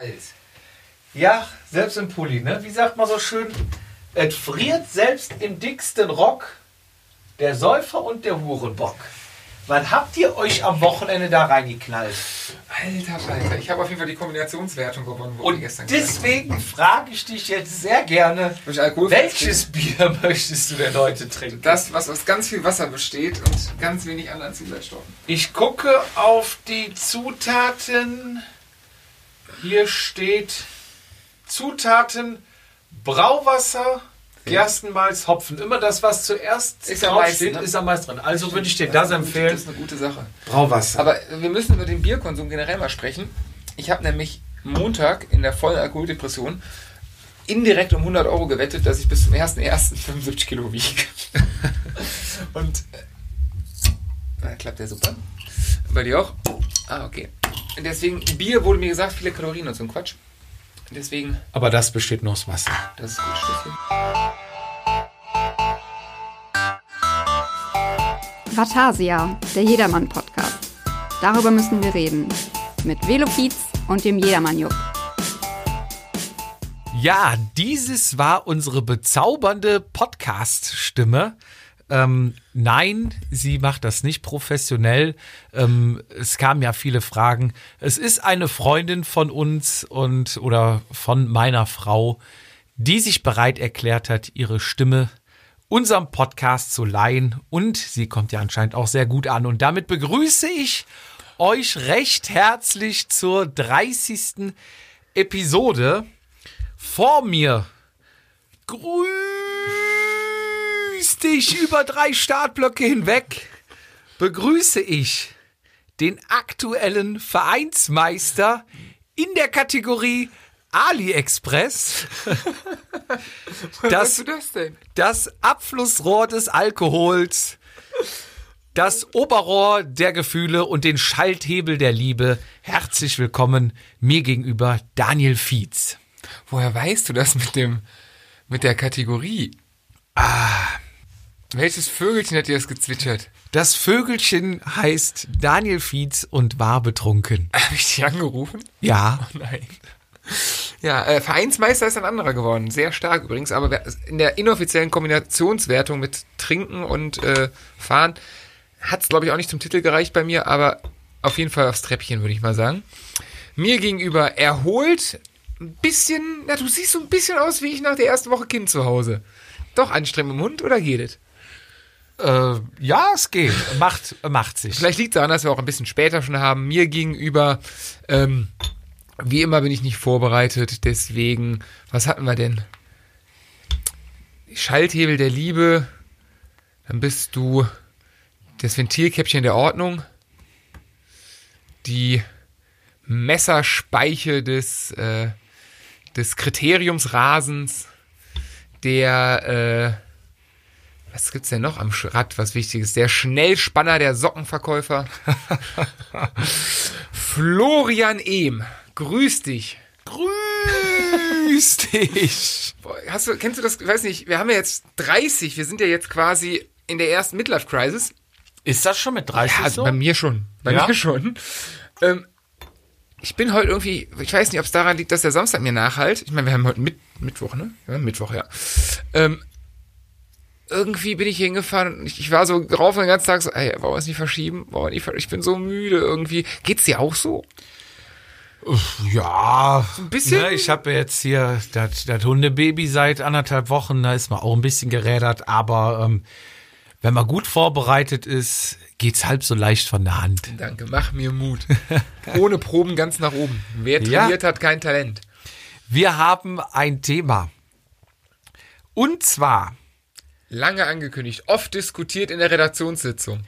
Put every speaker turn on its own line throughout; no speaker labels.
Alt. Ja, selbst im Pulli, ne? Wie sagt man so schön? Es friert selbst im dicksten Rock der Säufer und der Hurenbock. Wann habt ihr euch am Wochenende da reingeknallt?
Alter Falter, ich habe auf jeden Fall die Kombinationswertung gewonnen, wo
Und deswegen frage ich dich jetzt sehr gerne,
Durch Alkohol
welches Bier möchtest du denn heute trinken?
Das, was aus ganz viel Wasser besteht und ganz wenig anderen Zusatzstoffen.
Ich gucke auf die Zutaten. Hier steht Zutaten Brauwasser, Gerstenmalz, Hopfen. Immer das, was zuerst
Ist am meisten,
draufsteht,
ne?
ist am meisten drin. Also würde ich dir das
Das
empfehlen.
ist eine gute Sache.
Brauwasser.
Aber wir müssen über den Bierkonsum generell mal sprechen. Ich habe nämlich Montag in der vollen Alkoholdepression indirekt um 100 Euro gewettet, dass ich bis zum 1.1. 75 Kilo wiege. Und äh, na, klappt ja super. Bei dir auch? Ah, okay. Deswegen, Bier wurde mir gesagt, viele Kalorien und so ein Quatsch. Deswegen,
Aber das besteht nur aus Wasser.
das ist gut. Steffi.
Vatasia, der Jedermann-Podcast. Darüber müssen wir reden. Mit Velokiez und dem Jedermann-Jupp.
Ja, dieses war unsere bezaubernde Podcast-Stimme. Ähm, nein, sie macht das nicht professionell. Ähm, es kamen ja viele Fragen. Es ist eine Freundin von uns und oder von meiner Frau, die sich bereit erklärt hat, ihre Stimme unserem Podcast zu leihen. Und sie kommt ja anscheinend auch sehr gut an. Und damit begrüße ich euch recht herzlich zur 30. Episode. Vor mir grüß dich über drei Startblöcke hinweg. Begrüße ich den aktuellen Vereinsmeister in der Kategorie AliExpress,
Was
das,
du das denn?
das Abflussrohr des Alkohols, das Oberrohr der Gefühle und den Schalthebel der Liebe. Herzlich willkommen mir gegenüber Daniel Fietz.
Woher weißt du das mit dem mit der Kategorie? Ah. Welches Vögelchen hat dir das gezwitschert?
Das Vögelchen heißt Daniel Fietz und war betrunken.
Habe ich dich angerufen?
Ja.
Nein. Ja, äh, Vereinsmeister ist ein anderer geworden. Sehr stark übrigens, aber wer- in der inoffiziellen Kombinationswertung mit Trinken und äh, Fahren hat es, glaube ich, auch nicht zum Titel gereicht bei mir, aber auf jeden Fall aufs Treppchen, würde ich mal sagen. Mir gegenüber erholt, ein bisschen, na, du siehst so ein bisschen aus, wie ich nach der ersten Woche Kind zu Hause. Doch anstrengend im Hund oder geht es?
Äh, ja, es geht. Macht, macht sich.
Vielleicht liegt es daran, dass wir auch ein bisschen später schon haben. Mir gegenüber, ähm, wie immer bin ich nicht vorbereitet, deswegen, was hatten wir denn? Schalthebel der Liebe, dann bist du das Ventilkäppchen der Ordnung, die Messerspeiche des, äh, des Kriteriums Rasens, der, äh, was gibt's denn noch am Sch- Rad, was wichtig ist? Der Schnellspanner der Sockenverkäufer. Florian Ehm, grüß dich.
Grüß dich.
Boah, Hast du, kennst du das, weiß nicht, wir haben ja jetzt 30, wir sind ja jetzt quasi in der ersten Midlife-Crisis.
Ist das schon mit 30
Ja, also bei mir schon. Bei
Ja?
mir schon. Ähm, ich bin heute irgendwie, ich weiß nicht, ob es daran liegt, dass der Samstag mir nachhalt. Ich meine, wir haben heute Mit Mittwoch, ne? Ja, Mittwoch, ja. Ähm, irgendwie bin ich hier hingefahren und ich, ich war so drauf den ganzen Tag so, ey, wollen wir es nicht verschieben? Wollen wir nicht ver ich bin so müde irgendwie. Geht's dir auch so?
Ja.
ein bisschen?
Ne, ich habe jetzt hier das das Hundebaby seit anderthalb Wochen. Da ist man auch ein bisschen gerädert. Aber ähm, wenn man gut vorbereitet ist, geht's halb so leicht von der Hand.
Danke, mach mir Mut. Ohne Proben ganz nach oben. Wer
Ja.
trainiert hat, kein Talent.
Wir haben ein Thema. Und zwar
Lange angekündigt, oft diskutiert in der Redaktionssitzung.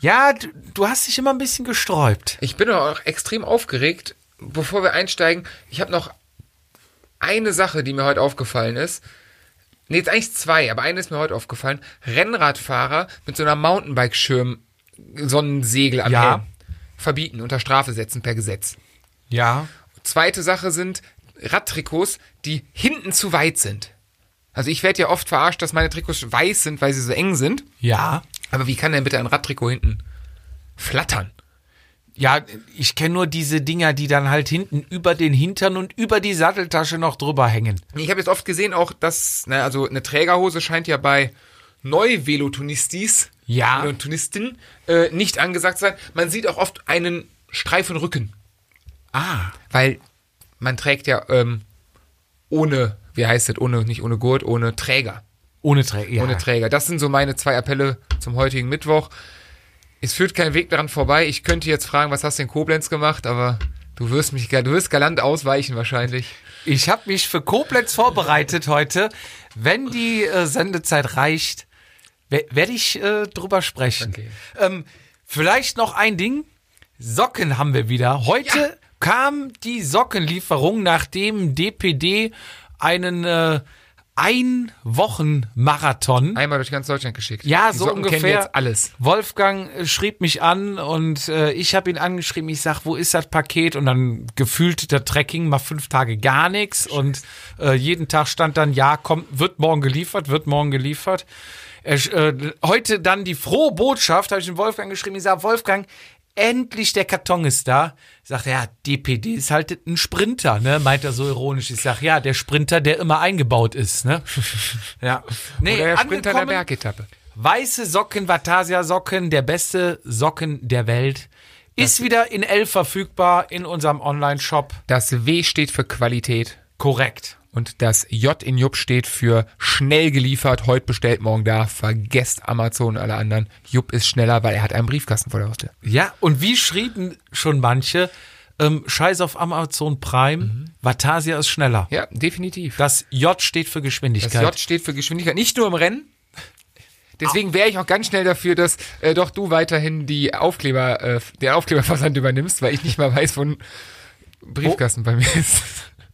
Ja, du, du hast dich immer ein bisschen gesträubt.
Ich bin aber auch extrem aufgeregt. Bevor wir einsteigen, ich habe noch eine Sache, die mir heute aufgefallen ist. Nee, jetzt eigentlich zwei, aber eine ist mir heute aufgefallen. Rennradfahrer mit so einer Mountainbike-Schirm Sonnensegel am
Ja.
Helm verbieten, unter Strafe setzen per Gesetz.
Ja.
Zweite Sache sind Radtrikots, die hinten zu weit sind. Also ich werde ja oft verarscht, dass meine Trikots weiß sind, weil sie so eng sind.
Ja.
Aber wie kann denn bitte ein Radtrikot hinten flattern?
Ja, ich kenne nur diese Dinger, die dann halt hinten über den Hintern und über die Satteltasche noch drüber hängen.
Ich habe jetzt oft gesehen auch, dass, na, also eine Trägerhose scheint ja bei Neu-Velotunistis,
Ja.
Velotunisten, äh, nicht angesagt zu sein. Man sieht auch oft einen streifen Rücken,
Ah.
weil man trägt ja ähm, ohne, wie heißt das, ohne, nicht ohne Gurt, ohne Träger.
Ohne Träger. Ja.
ohne Träger. Das sind so meine zwei Appelle zum heutigen Mittwoch. Es führt kein Weg daran vorbei. Ich könnte jetzt fragen, was hast du in Koblenz gemacht, aber du wirst mich, ga- du wirst galant ausweichen wahrscheinlich.
Ich habe mich für Koblenz vorbereitet heute. Wenn die äh, Sendezeit reicht, werde ich äh, drüber sprechen.
Okay.
Ähm, vielleicht noch ein Ding. Socken haben wir wieder. Heute
Ja.
kam die Sockenlieferung, nachdem DPD einen äh, Ein-Wochen-Marathon
Einmal durch ganz Deutschland geschickt.
ja,
Die
so
Socken
ungefähr.
Kennen jetzt alles.
Wolfgang äh, schrieb mich an und äh, ich habe ihn angeschrieben. Ich sag, wo ist das Paket? Und dann gefühlt der Tracking mal fünf Tage gar nichts und äh, jeden Tag stand dann, ja, kommt, wird morgen geliefert, wird morgen geliefert. Er, sch- äh, heute dann die frohe Botschaft, habe ich dem Wolfgang geschrieben. Ich sag, Wolfgang, endlich der Karton ist da. Sagt er, ja, DPD ist halt ein Sprinter, ne? Meint er so ironisch. Ich sag, ja, der Sprinter, der immer eingebaut ist, ne? ja. Nee,
Oder der Sprinter der
angekommen-
Bergetappe.
Weiße Socken, Vatasia Socken, der beste Socken der Welt. Ist wieder in L verfügbar in unserem Online-Shop.
Das W steht für Qualität
Korrekt.
und das J in Jupp steht für schnell geliefert, heute bestellt, morgen da. Vergesst Amazon und alle anderen. Jupp ist schneller, weil er hat einen Briefkasten vor der Haustür.
Ja, und wie schrieben schon manche, ähm, Scheiß auf Amazon Prime, Vatasia ist schneller.
Mhm. Ja, definitiv.
Das J steht für
Das
Geschwindigkeit.
J steht für Geschwindigkeit, nicht nur im Rennen. Deswegen wäre ich auch ganz schnell dafür, dass äh, doch du weiterhin die Aufkleber, äh, den Aufkleberversand übernimmst, weil ich nicht mal weiß, wo ein Briefkasten bei mir ist.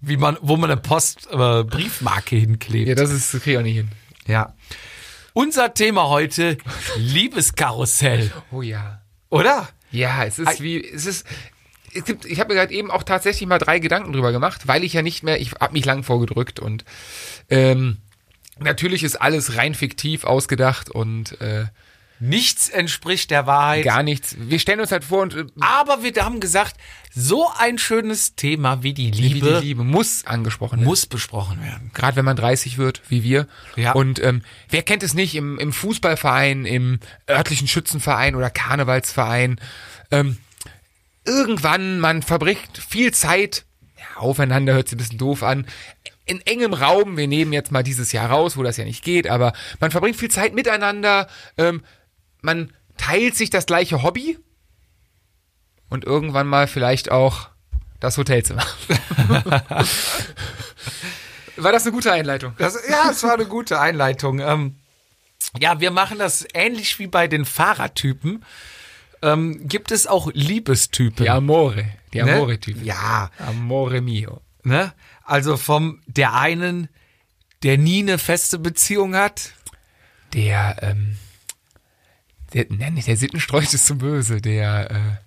wie man, wo man eine Post, äh, Briefmarke hinklebt.
Ja, das ist das krieg ich auch nicht hin.
ja. Unser Thema heute, Liebeskarussell,
Oh ja.
oder?
Ja, es ist wie es ist. Es gibt, ich habe mir gerade eben auch tatsächlich mal drei Gedanken drüber gemacht, weil ich ja nicht mehr, ich habe mich lang vorgedrückt und ähm, natürlich ist alles rein fiktiv ausgedacht und äh,
Nichts entspricht der Wahrheit.
gar nichts. Wir stellen uns halt vor und äh,
Aber wir haben gesagt, so ein schönes Thema wie die
wie die
Liebe
Liebe muss angesprochen werden.
muss besprochen werden.
gerade wenn man 30 wird, wie wir.
Ja.
Und ähm, wer kennt es nicht im, im Fußballverein, im örtlichen Schützenverein oder Karnevalsverein? Ähm, irgendwann, man verbringt viel Zeit, ja, aufeinander hört sich ein bisschen doof an, in engem Raum, wir nehmen jetzt mal dieses Jahr raus, wo das ja nicht geht, aber man verbringt viel Zeit miteinander, ähm, man teilt sich das gleiche Hobby und irgendwann mal vielleicht auch das Hotelzimmer. War das eine gute Einleitung?
Das, ja, es war eine gute Einleitung. Ähm, ja, wir machen das ähnlich wie bei den Fahrertypen. Ähm, gibt es auch Liebestypen?
Die Amore. Die
ne?
Amore-Typen.
Ja,
Amore mio.
ne? Also vom der einen, der nie eine feste Beziehung hat.
Der, ähm, der, nenn ich, der Sittenstreut ist zu böse, der, äh,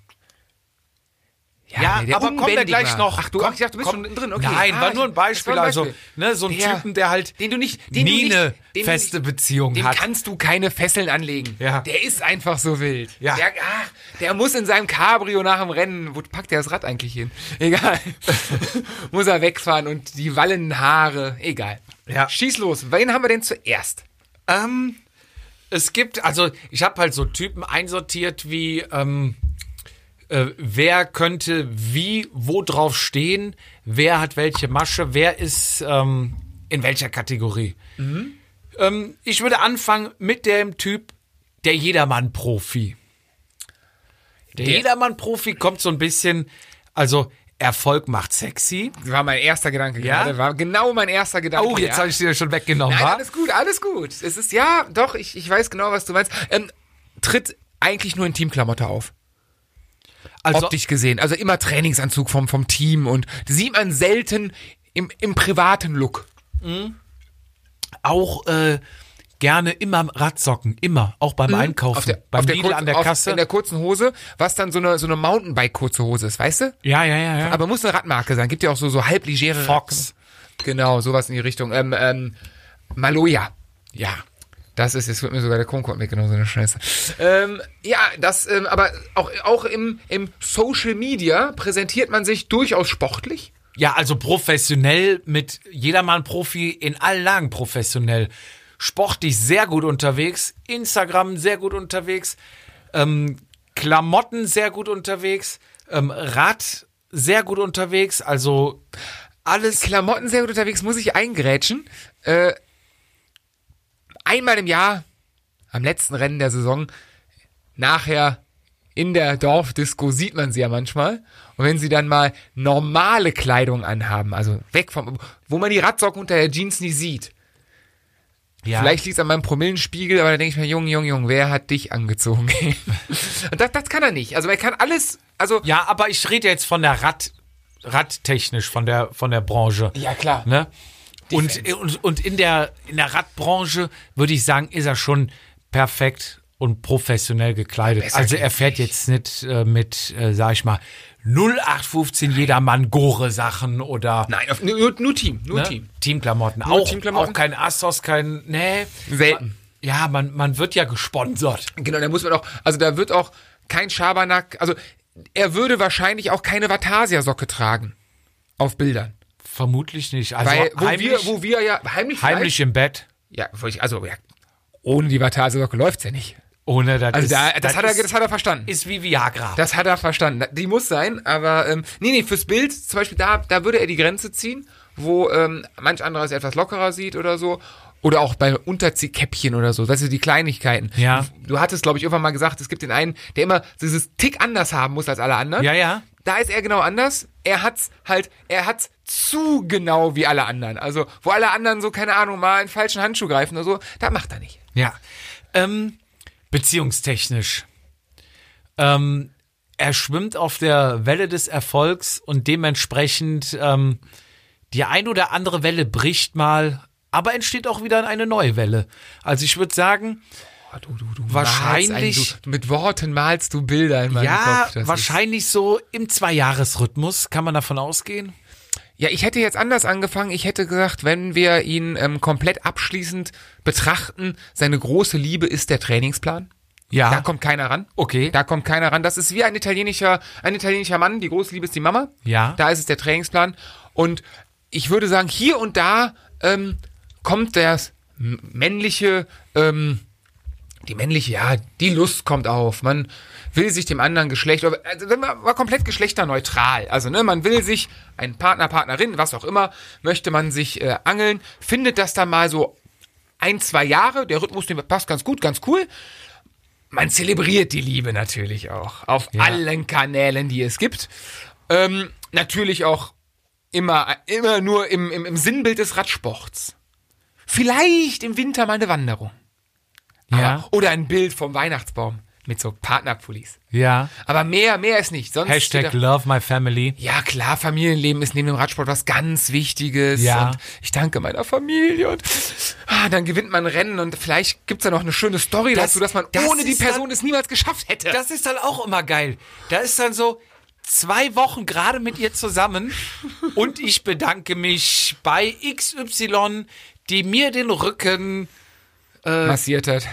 Ja, aber kommen wir
unbändig
gleich
war.
noch.
Ach, du,
Komm,
ach, ich dachte, du bist
komm.
schon drin, okay.
Nein,
Ah,
war nur ein
ich- das war
Beispiel. Also, ne, so ein
Der-
Typen, der halt
den du nicht, den
nie
du nicht,
eine
den du
feste
nicht,
Beziehung
Dem
hat.
kannst du keine Fesseln anlegen.
Ja.
Der ist einfach so wild.
Ja.
Der, ach, der muss in seinem Cabrio nach dem Rennen, wo packt er das Rad eigentlich hin? Egal. muss er wegfahren und die wallenden Haare, egal.
Ja.
Schieß los, wen haben wir denn zuerst?
Ähm, es gibt, also ich habe halt so Typen einsortiert wie, ähm, äh, wer könnte wie, wo drauf stehen, wer hat welche Masche, wer ist ähm, in welcher Kategorie.
Mhm.
Ähm, ich würde anfangen mit dem Typ der Jedermann-Profi. Der
Der-
Jedermann-Profi kommt so ein bisschen, also Erfolg macht sexy.
War mein erster Gedanke
Ja?
gerade. War genau mein erster Gedanke.
Oh, jetzt
ja.
habe ich dir schon weggenommen.
Nein,
wa?
alles gut, alles gut. Es ist, ja, doch, ich, ich weiß genau, was du meinst. Ähm, tritt eigentlich nur in Teamklamotte auf.
also,
optisch gesehen. Also immer Trainingsanzug vom, vom Team und sieht man selten im, im privaten Look.
auch äh, gerne immer am Radsocken, immer, auch beim Einkaufen, beim Lidl
kurzen-
an der
Mhm. auf-
Kasse.
in der kurzen Hose, was dann so eine, so eine Mountainbike-kurze Hose ist, weißt du?
ja, ja, ja, ja.
Aber muss eine Radmarke sein. Gibt ja auch so, so halbligere.
Fox.
Genau, sowas in die Richtung. Ähm, ähm, Maloja.
Ja.
Das ist, jetzt wird mir sogar der Kronkorb weggenommen, so eine Scheiße. Ähm, ja, das, ähm, aber auch, auch im, im Social Media präsentiert man sich durchaus sportlich.
Ja, also professionell mit jedermann Profi in allen Lagen professionell. Sportlich sehr gut unterwegs, Instagram sehr gut unterwegs, ähm, Klamotten sehr gut unterwegs, ähm, Rad sehr gut unterwegs, also alles.
Klamotten sehr gut unterwegs, muss ich eingrätschen. Äh, einmal im Jahr, am letzten Rennen der Saison, nachher in der Dorfdisco sieht man sie ja manchmal. Und wenn sie dann mal normale Kleidung anhaben, also weg vom, wo man die Radsocken unter der Jeans nicht sieht.
Ja.
Vielleicht liegt es an meinem Promillenspiegel, aber da denke ich mir, Junge, Junge, Junge, wer hat dich angezogen? Und das, das kann er nicht. Also er kann alles, also
Ja, aber ich rede jetzt von der Rad, Radtechnisch, von der, von der Branche.
Ja, klar.
Ne? Und, und, und in der, in der Radbranche würde ich sagen, ist er schon perfekt und professionell gekleidet.
Besser
also er
geht's
fährt jetzt nicht äh, mit, äh, sag ich mal, 0815 jedermann Gore-Sachen oder
nein, auf, nur, nur Team, nur
ne?
Team.
Teamklamotten.
Nur
Auch,
Teamklamotten?
auch kein Assos, kein, nee.
Selten.
Ja, man, man wird ja gesponsert.
Genau, da muss man auch, also da wird auch kein Schabernack, also er würde wahrscheinlich auch keine Vatasia-Socke tragen. Auf Bildern.
Vermutlich nicht. Also
Weil, wo
heimlich,
wir, wo wir ja, heimlich,
heimlich im Bett.
vielleicht? ja, wo ich- also, ja, ohne die Vatasia-Socke läuft's ja nicht.
Ohne, das
Also
ist,
da, das, hat er,
ist,
das hat er verstanden.
ist wie Viagra.
Das hat er verstanden. Die muss sein, aber ähm, nee, nee, fürs Bild zum Beispiel, da, da würde er die Grenze ziehen, wo ähm, manch anderer es etwas lockerer sieht oder so. Oder auch bei Unterziehkäppchen oder so, weißt du, die Kleinigkeiten.
Ja.
Du hattest, glaube ich, irgendwann mal gesagt, es gibt den einen, der immer dieses Tick anders haben muss als alle anderen.
Ja, ja.
Da ist er genau anders. Er hat's halt, er hat's zu genau wie alle anderen. Also, wo alle anderen so, keine Ahnung, mal einen falschen Handschuh greifen oder so, da macht er nicht.
Ja. Ähm, beziehungstechnisch. Ähm, er schwimmt auf der Welle des Erfolgs und dementsprechend ähm, die ein oder andere Welle bricht mal, aber entsteht auch wieder eine neue Welle. Also ich würde sagen,
Boah, du, du, du malst
Wahrscheinlich-
Ein, du, mit Worten malst du Bilder in meinem
ja,
Kopf. das ist-
wahrscheinlich so im Zweijahresrhythmus kann man davon ausgehen.
Ja, ich hätte jetzt anders angefangen. Ich hätte gesagt, wenn wir ihn ähm, komplett abschließend betrachten, seine große Liebe ist der Trainingsplan.
Ja.
Da kommt keiner ran.
Okay.
Da kommt keiner ran. Das ist wie ein italienischer, ein italienischer Mann. Die große Liebe ist die Mama.
Ja.
Da ist es der Trainingsplan. Und ich würde sagen, hier und da ähm, kommt das m- männliche, ähm, die männliche, ja, die Lust kommt auf. Man will sich dem anderen Geschlecht, also wenn man war komplett geschlechterneutral. Also ne, man will sich einen Partner, Partnerin, was auch immer, möchte man sich äh, angeln, findet das dann mal so ein, zwei Jahre. Der Rhythmus, der passt ganz gut, ganz cool. Man zelebriert die Liebe natürlich auch. Auf allen Kanälen, die es gibt. Ähm, natürlich auch immer, immer nur im, im, im Sinnbild des Radsports. Vielleicht im Winter mal eine Wanderung. Aber, oder ein Bild vom Weihnachtsbaum mit so Partnerpullis.
Ja.
Aber mehr, mehr ist nicht. Sonst
Hashtag Love My Family.
ja, klar, Familienleben ist neben dem Radsport was ganz Wichtiges.
Ja.
Und ich danke meiner Familie und ah, dann gewinnt man Rennen und vielleicht gibt's da noch eine schöne Story
Das-
dazu, dass man
das
ohne die
ist dann-
Person es niemals geschafft hätte.
Das ist dann auch immer geil. Da ist dann so zwei Wochen gerade mit ihr zusammen und ich bedanke mich bei XY, die mir den Rücken
passiert Äh, hat.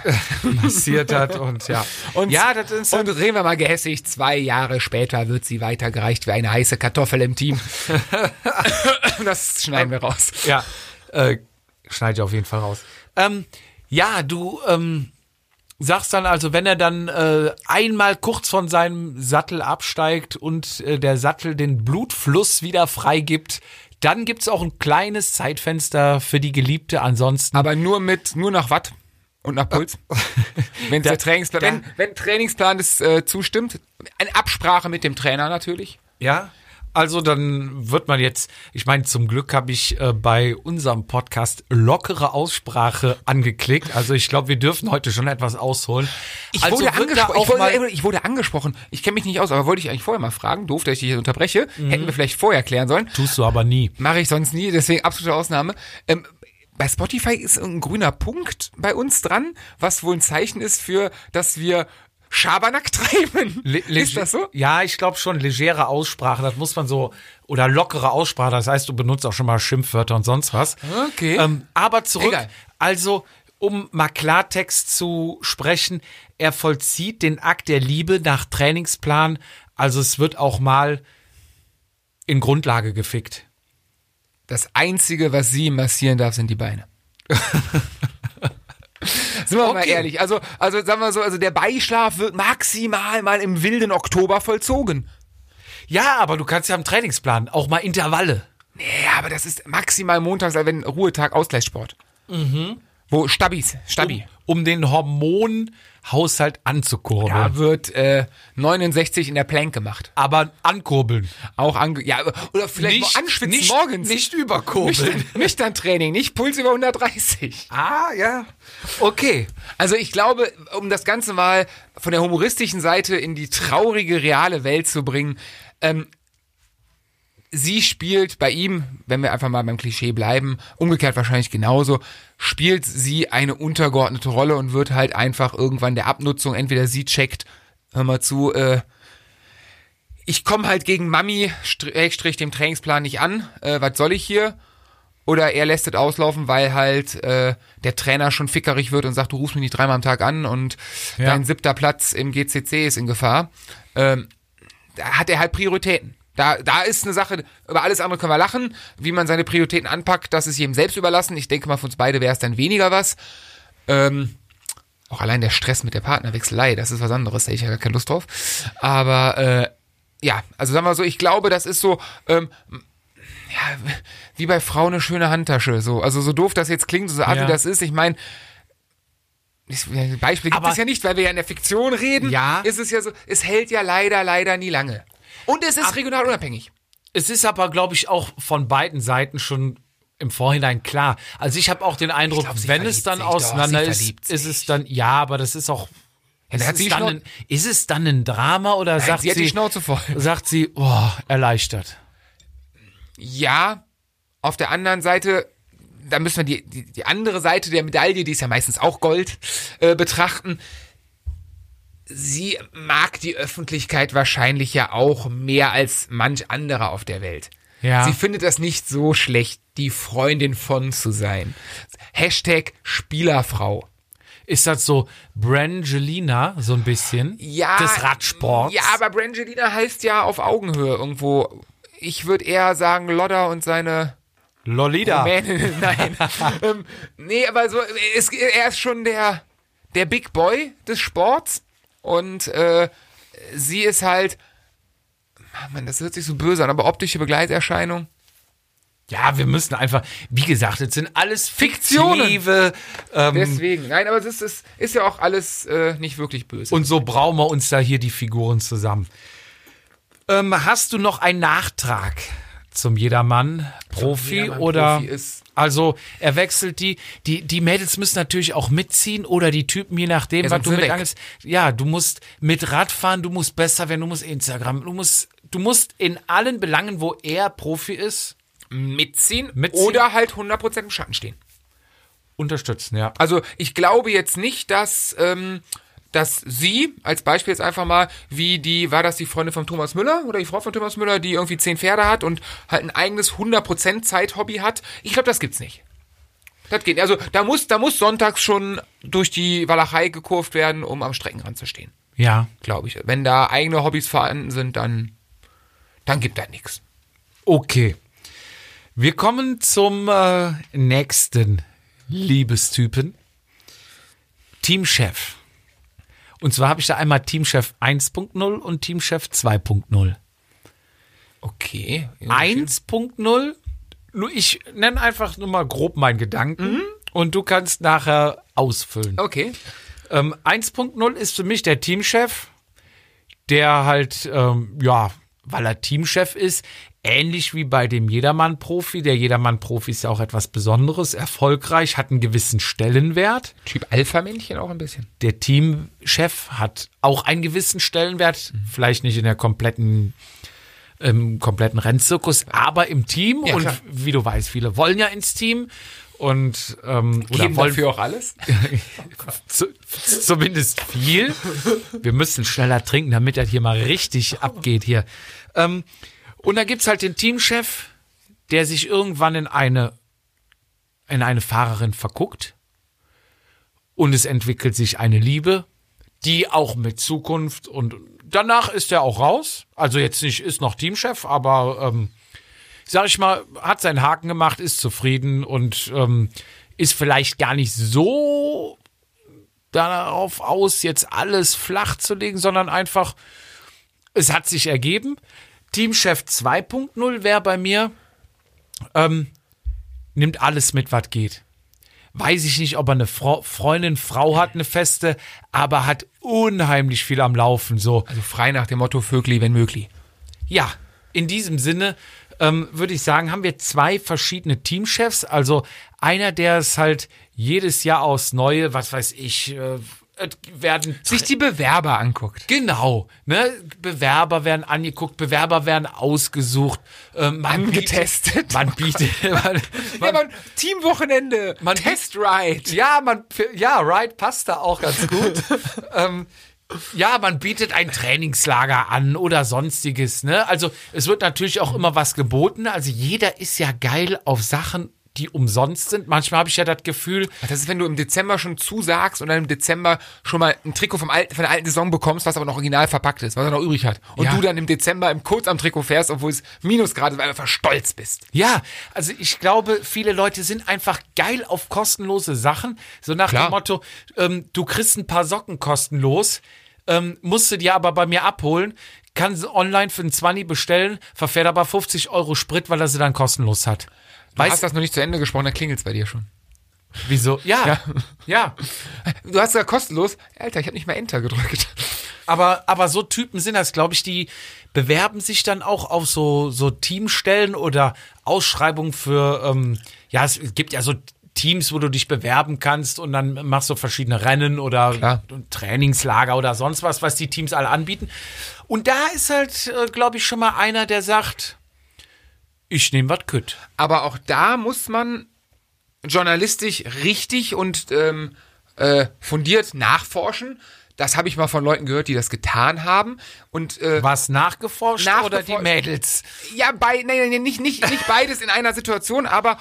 massiert hat und ja.
Und,
ja, das ist
und reden wir mal gehässig, zwei Jahre später wird sie weitergereicht wie eine heiße Kartoffel im Team. das schneiden wir raus.
ja. Äh, schneide ich auf jeden Fall raus. Ähm, ja, du ähm, sagst dann also, wenn er dann äh, einmal kurz von seinem Sattel absteigt und äh, der Sattel den Blutfluss wieder freigibt, dann gibt's auch ein kleines Zeitfenster für die Geliebte. Ansonsten
Aber nur mit, nur nach Watt und nach Puls. wenn, der Trainingsplan,
da-
wenn, wenn Trainingsplan das äh, zustimmt, eine Absprache mit dem Trainer natürlich.
Ja, also dann wird man jetzt, ich meine, zum Glück habe ich äh, bei unserem Podcast lockere Aussprache angeklickt. Also ich glaube, wir dürfen heute schon etwas ausholen.
Ich,
also
wurde
wird da
angesprochen,
auch
ich, wurde,
mal,
ich wurde angesprochen. Ich kenne mich nicht aus, aber wollte ich eigentlich vorher mal fragen. Doof, dass ich dich hier unterbreche. Hätten wir vielleicht vorher klären sollen.
tust du aber nie.
Mache ich sonst nie, deswegen absolute Ausnahme. Ähm, bei Spotify ist ein grüner Punkt bei uns dran, was wohl ein Zeichen ist für, dass wir Schabernack treiben.
Le-
ist
lege-
das so?
Ja, ich glaube schon, legere Aussprache, das muss man so, oder lockere Aussprache, das heißt, du benutzt auch schon mal Schimpfwörter und sonst was.
Okay.
Ähm, aber zurück,
Egal.
also um mal Klartext zu sprechen, er vollzieht den Akt der Liebe nach Trainingsplan. Also es wird auch mal in Grundlage gefickt.
Das Einzige, was sie massieren darf, sind die Beine. Sind wir mal
Okay.
ehrlich. Also, also sagen wir so, also der Beischlaf wird maximal mal im wilden Oktober vollzogen.
Ja, aber du kannst ja am Trainingsplan auch mal Intervalle.
Nee, aber das ist maximal montags, also wenn Ruhetag, Ausgleichssport.
Mhm.
Wo Stabis, Stabi.
um den Hormonhaushalt anzukurbeln.
Da wird äh, 69 in der Plank gemacht.
Aber ankurbeln.
Auch ange ja, oder vielleicht
Nicht-
mal anschwitzen
nicht-
morgens.
nicht überkurbeln.
Nüchtern- Nüchtern Training, nicht Puls über 130.
Ah, ja. Okay.
Also ich glaube, um das Ganze mal von der humoristischen Seite in die traurige, reale Welt zu bringen, ähm, sie spielt bei ihm, wenn wir einfach mal beim Klischee bleiben, umgekehrt wahrscheinlich genauso, spielt sie eine untergeordnete Rolle und wird halt einfach irgendwann der Abnutzung, entweder sie checkt, hör mal zu, äh, ich komme halt gegen Mami, Strich, dem Trainingsplan nicht an, äh, was soll ich hier? Oder er lässt es auslaufen, weil halt äh, der Trainer schon fickerig wird und sagt, du rufst mich nicht dreimal am Tag an und
Ja.
dein siebter Platz im GCC ist in Gefahr. Ähm, da hat er halt Prioritäten. Da, da ist eine Sache, über alles andere können wir lachen. Wie man seine Prioritäten anpackt, das ist jedem selbst überlassen. Ich denke mal, für uns beide wäre es dann weniger was. Ähm, auch allein der Stress mit der Partnerwechselei, das ist was anderes, da hätte ich ja gar keine Lust drauf. Aber äh, ja, also sagen wir mal so, ich glaube, das ist so, ähm, ja, wie bei Frauen eine schöne Handtasche. So. Also so doof das jetzt klingt, so art
Ja.
wie das ist, ich meine, ich- ja, Beispiel gibt
Aber-
es ja nicht, weil wir ja in der Fiktion reden.
Ja.
Ist es ja so, es hält ja leider, leider nie lange. Und es ist regional unabhängig.
Es ist aber, glaube ich, auch von beiden Seiten schon im Vorhinein klar. Also ich habe auch den Eindruck,
glaub, sie
wenn es
verliebt
dann
sich doch,
auseinander
sie verliebt
ist, ist es
sich.
dann, ja, aber das ist auch,
Ja,
ist,
da hat
es
sie
dann
Schnau-
ein, ist es dann ein Drama oder sagt
sie hat die Schnauze voll.
sagt sie, oh, erleichtert.
Ja, auf der anderen Seite, da müssen wir die, die, die andere Seite der Medaille, die ist ja meistens auch Gold, äh, betrachten. Sie mag die Öffentlichkeit wahrscheinlich ja auch mehr als manch anderer auf der Welt.
Ja.
Sie findet das nicht so schlecht, die Freundin von zu sein. Hashtag Spielerfrau.
Ist das so Brangelina so ein bisschen
ja,
des Radsports?
Ja, aber Brangelina heißt ja auf Augenhöhe irgendwo. Ich würde eher sagen Lodder und seine
Lolita.
Rumänin. Nein. ähm, nee, aber so, es, er ist schon der, der Big Boy des Sports und äh, sie ist halt, ah, Mann, das hört sich so böse an, aber optische Begleiterscheinung.
Ja, wir müssen einfach, wie gesagt, es sind alles
Fiktionen.
fiktive ähm,
Deswegen, nein, aber das ist, ist ja auch alles äh, nicht wirklich böse.
und so brauchen wir uns da hier die Figuren zusammen. Ähm, hast du noch einen Nachtrag zum Jedermann Profi
Jedermann
oder
Profi ist-
also er wechselt die die die Mädels müssen natürlich auch mitziehen oder die Typen je nachdem
Ja,
was
sonst
du
sind
mit
weg.
angelst. Ja, du musst mit Radfahren, du musst besser werden, du musst Instagram, du musst du musst in allen Belangen, wo er Profi ist,
mitziehen,
Mitziehen.
oder halt 100% im Schatten stehen.
unterstützen, ja.
Also ich glaube jetzt nicht, dass, ähm, dass sie, als Beispiel jetzt einfach mal, wie die, war das die Freundin von Thomas Müller oder die Frau von Thomas Müller, die irgendwie zehn Pferde hat und halt ein eigenes 100% Zeithobby hat. Ich glaube, das gibt's nicht. Das geht. nicht. Also da muss, da muss sonntags schon durch die Walachei gekurvt werden, um am Streckenrand zu stehen.
Ja.
Glaube ich. Wenn da eigene Hobbys vorhanden sind, dann, dann gibt das nichts.
Okay. Wir kommen zum äh, nächsten Liebestypen. Teamchef. Und zwar habe ich da einmal Teamchef 1.0 und Teamchef 2.0.
Okay.
1.0, nur ich nenne einfach nur mal grob meinen Gedanken und du kannst nachher ausfüllen.
Okay.
Ähm, 1.0 ist für mich der Teamchef, der halt, ähm, ja, weil er Teamchef ist, ähnlich wie bei dem Jedermann-Profi. Der Jedermann-Profi ist ja auch etwas Besonderes, erfolgreich, hat einen gewissen Stellenwert.
Typ Alpha-Männchen auch ein bisschen.
Der Teamchef hat auch einen gewissen Stellenwert, vielleicht nicht in der kompletten im kompletten Rennzirkus, aber im Team
Ja,
und
klar.
wie du weißt, viele wollen ja ins Team und ähm, oder
Geben
wollen
dafür auch alles?
zu, zumindest viel. Wir müssen schneller trinken, damit das hier mal richtig abgeht hier. Ähm, und dann gibt's halt den Teamchef, der sich irgendwann in eine, in eine Fahrerin verguckt und es entwickelt sich eine Liebe, die auch mit Zukunft und danach ist er auch raus. Also jetzt nicht, ist noch Teamchef, aber ähm, sag ich mal, hat seinen Haken gemacht, ist zufrieden und ähm, ist vielleicht gar nicht so darauf aus, jetzt alles flach zu legen, sondern einfach, es hat sich ergeben. Teamchef 2.0 wäre bei mir, ähm, nimmt alles mit, was geht. Weiß ich nicht, ob er eine Frau, Freundin, Frau hat, eine feste, aber hat unheimlich viel am Laufen. So,
Also frei nach dem Motto Vögli, wenn möglich.
ja, in diesem Sinne ähm, würde ich sagen, haben wir zwei verschiedene Teamchefs. Also einer, der es halt jedes Jahr aufs Neue, was weiß ich, äh, es werden
Sich die Bewerber anguckt.
Genau, ne? Bewerber werden angeguckt, Bewerber werden ausgesucht, äh, man
Angetestet. Oh
Bietet, man bietet, man,
Ja,
man,
man, Teamwochenende,
Man-
Testride.
ja, man, ja, right passt da auch ganz gut. ähm, ja, man bietet ein Trainingslager an oder sonstiges, ne? Also es wird natürlich auch immer was geboten. Also jeder ist ja geil auf Sachen, die umsonst sind. Manchmal habe ich ja das Gefühl,
Das ist, wenn du im Dezember schon zusagst und dann im Dezember schon mal ein Trikot vom alten, von der alten Saison bekommst, was aber noch original verpackt ist, was er noch übrig hat. Und
Ja.
du dann im Dezember im Kurz am Trikot fährst, obwohl es Minusgrad ist, weil du einfach stolz bist.
Ja, also ich glaube, viele Leute sind einfach geil auf kostenlose Sachen. So nach
Klar.
dem Motto, ähm, du kriegst ein paar Socken kostenlos, ähm, musst du dir aber bei mir abholen, kann sie online für einen 20 bestellen, verfährt aber 50 Euro Sprit, weil er sie dann kostenlos hat.
Du hast
Weißt du,
das noch nicht zu Ende gesprochen, da klingelt's bei dir schon.
wieso? Ja, ja.
Du hast ja kostenlos. Alter, ich habe nicht mal Enter gedrückt.
Aber, aber so Typen sind das, glaube ich, die bewerben sich dann auch auf so, so Teamstellen oder Ausschreibungen für, ähm, ja, es gibt ja so Teams, wo du dich bewerben kannst und dann machst du verschiedene Rennen oder
Klar.
Trainingslager oder sonst was, was die Teams alle anbieten. Und da ist halt, äh, glaube ich, schon mal einer, der sagt, ich nehme was kütt.
Aber auch da muss man journalistisch richtig und ähm, äh, fundiert nachforschen. Das habe ich mal von Leuten gehört, die das getan haben. Und äh,
Was nachgeforscht, oder die
Nachgeforscht.
Mädels?
ja, bei, nein, nein, nein, nicht, nicht, nicht beides in einer Situation, aber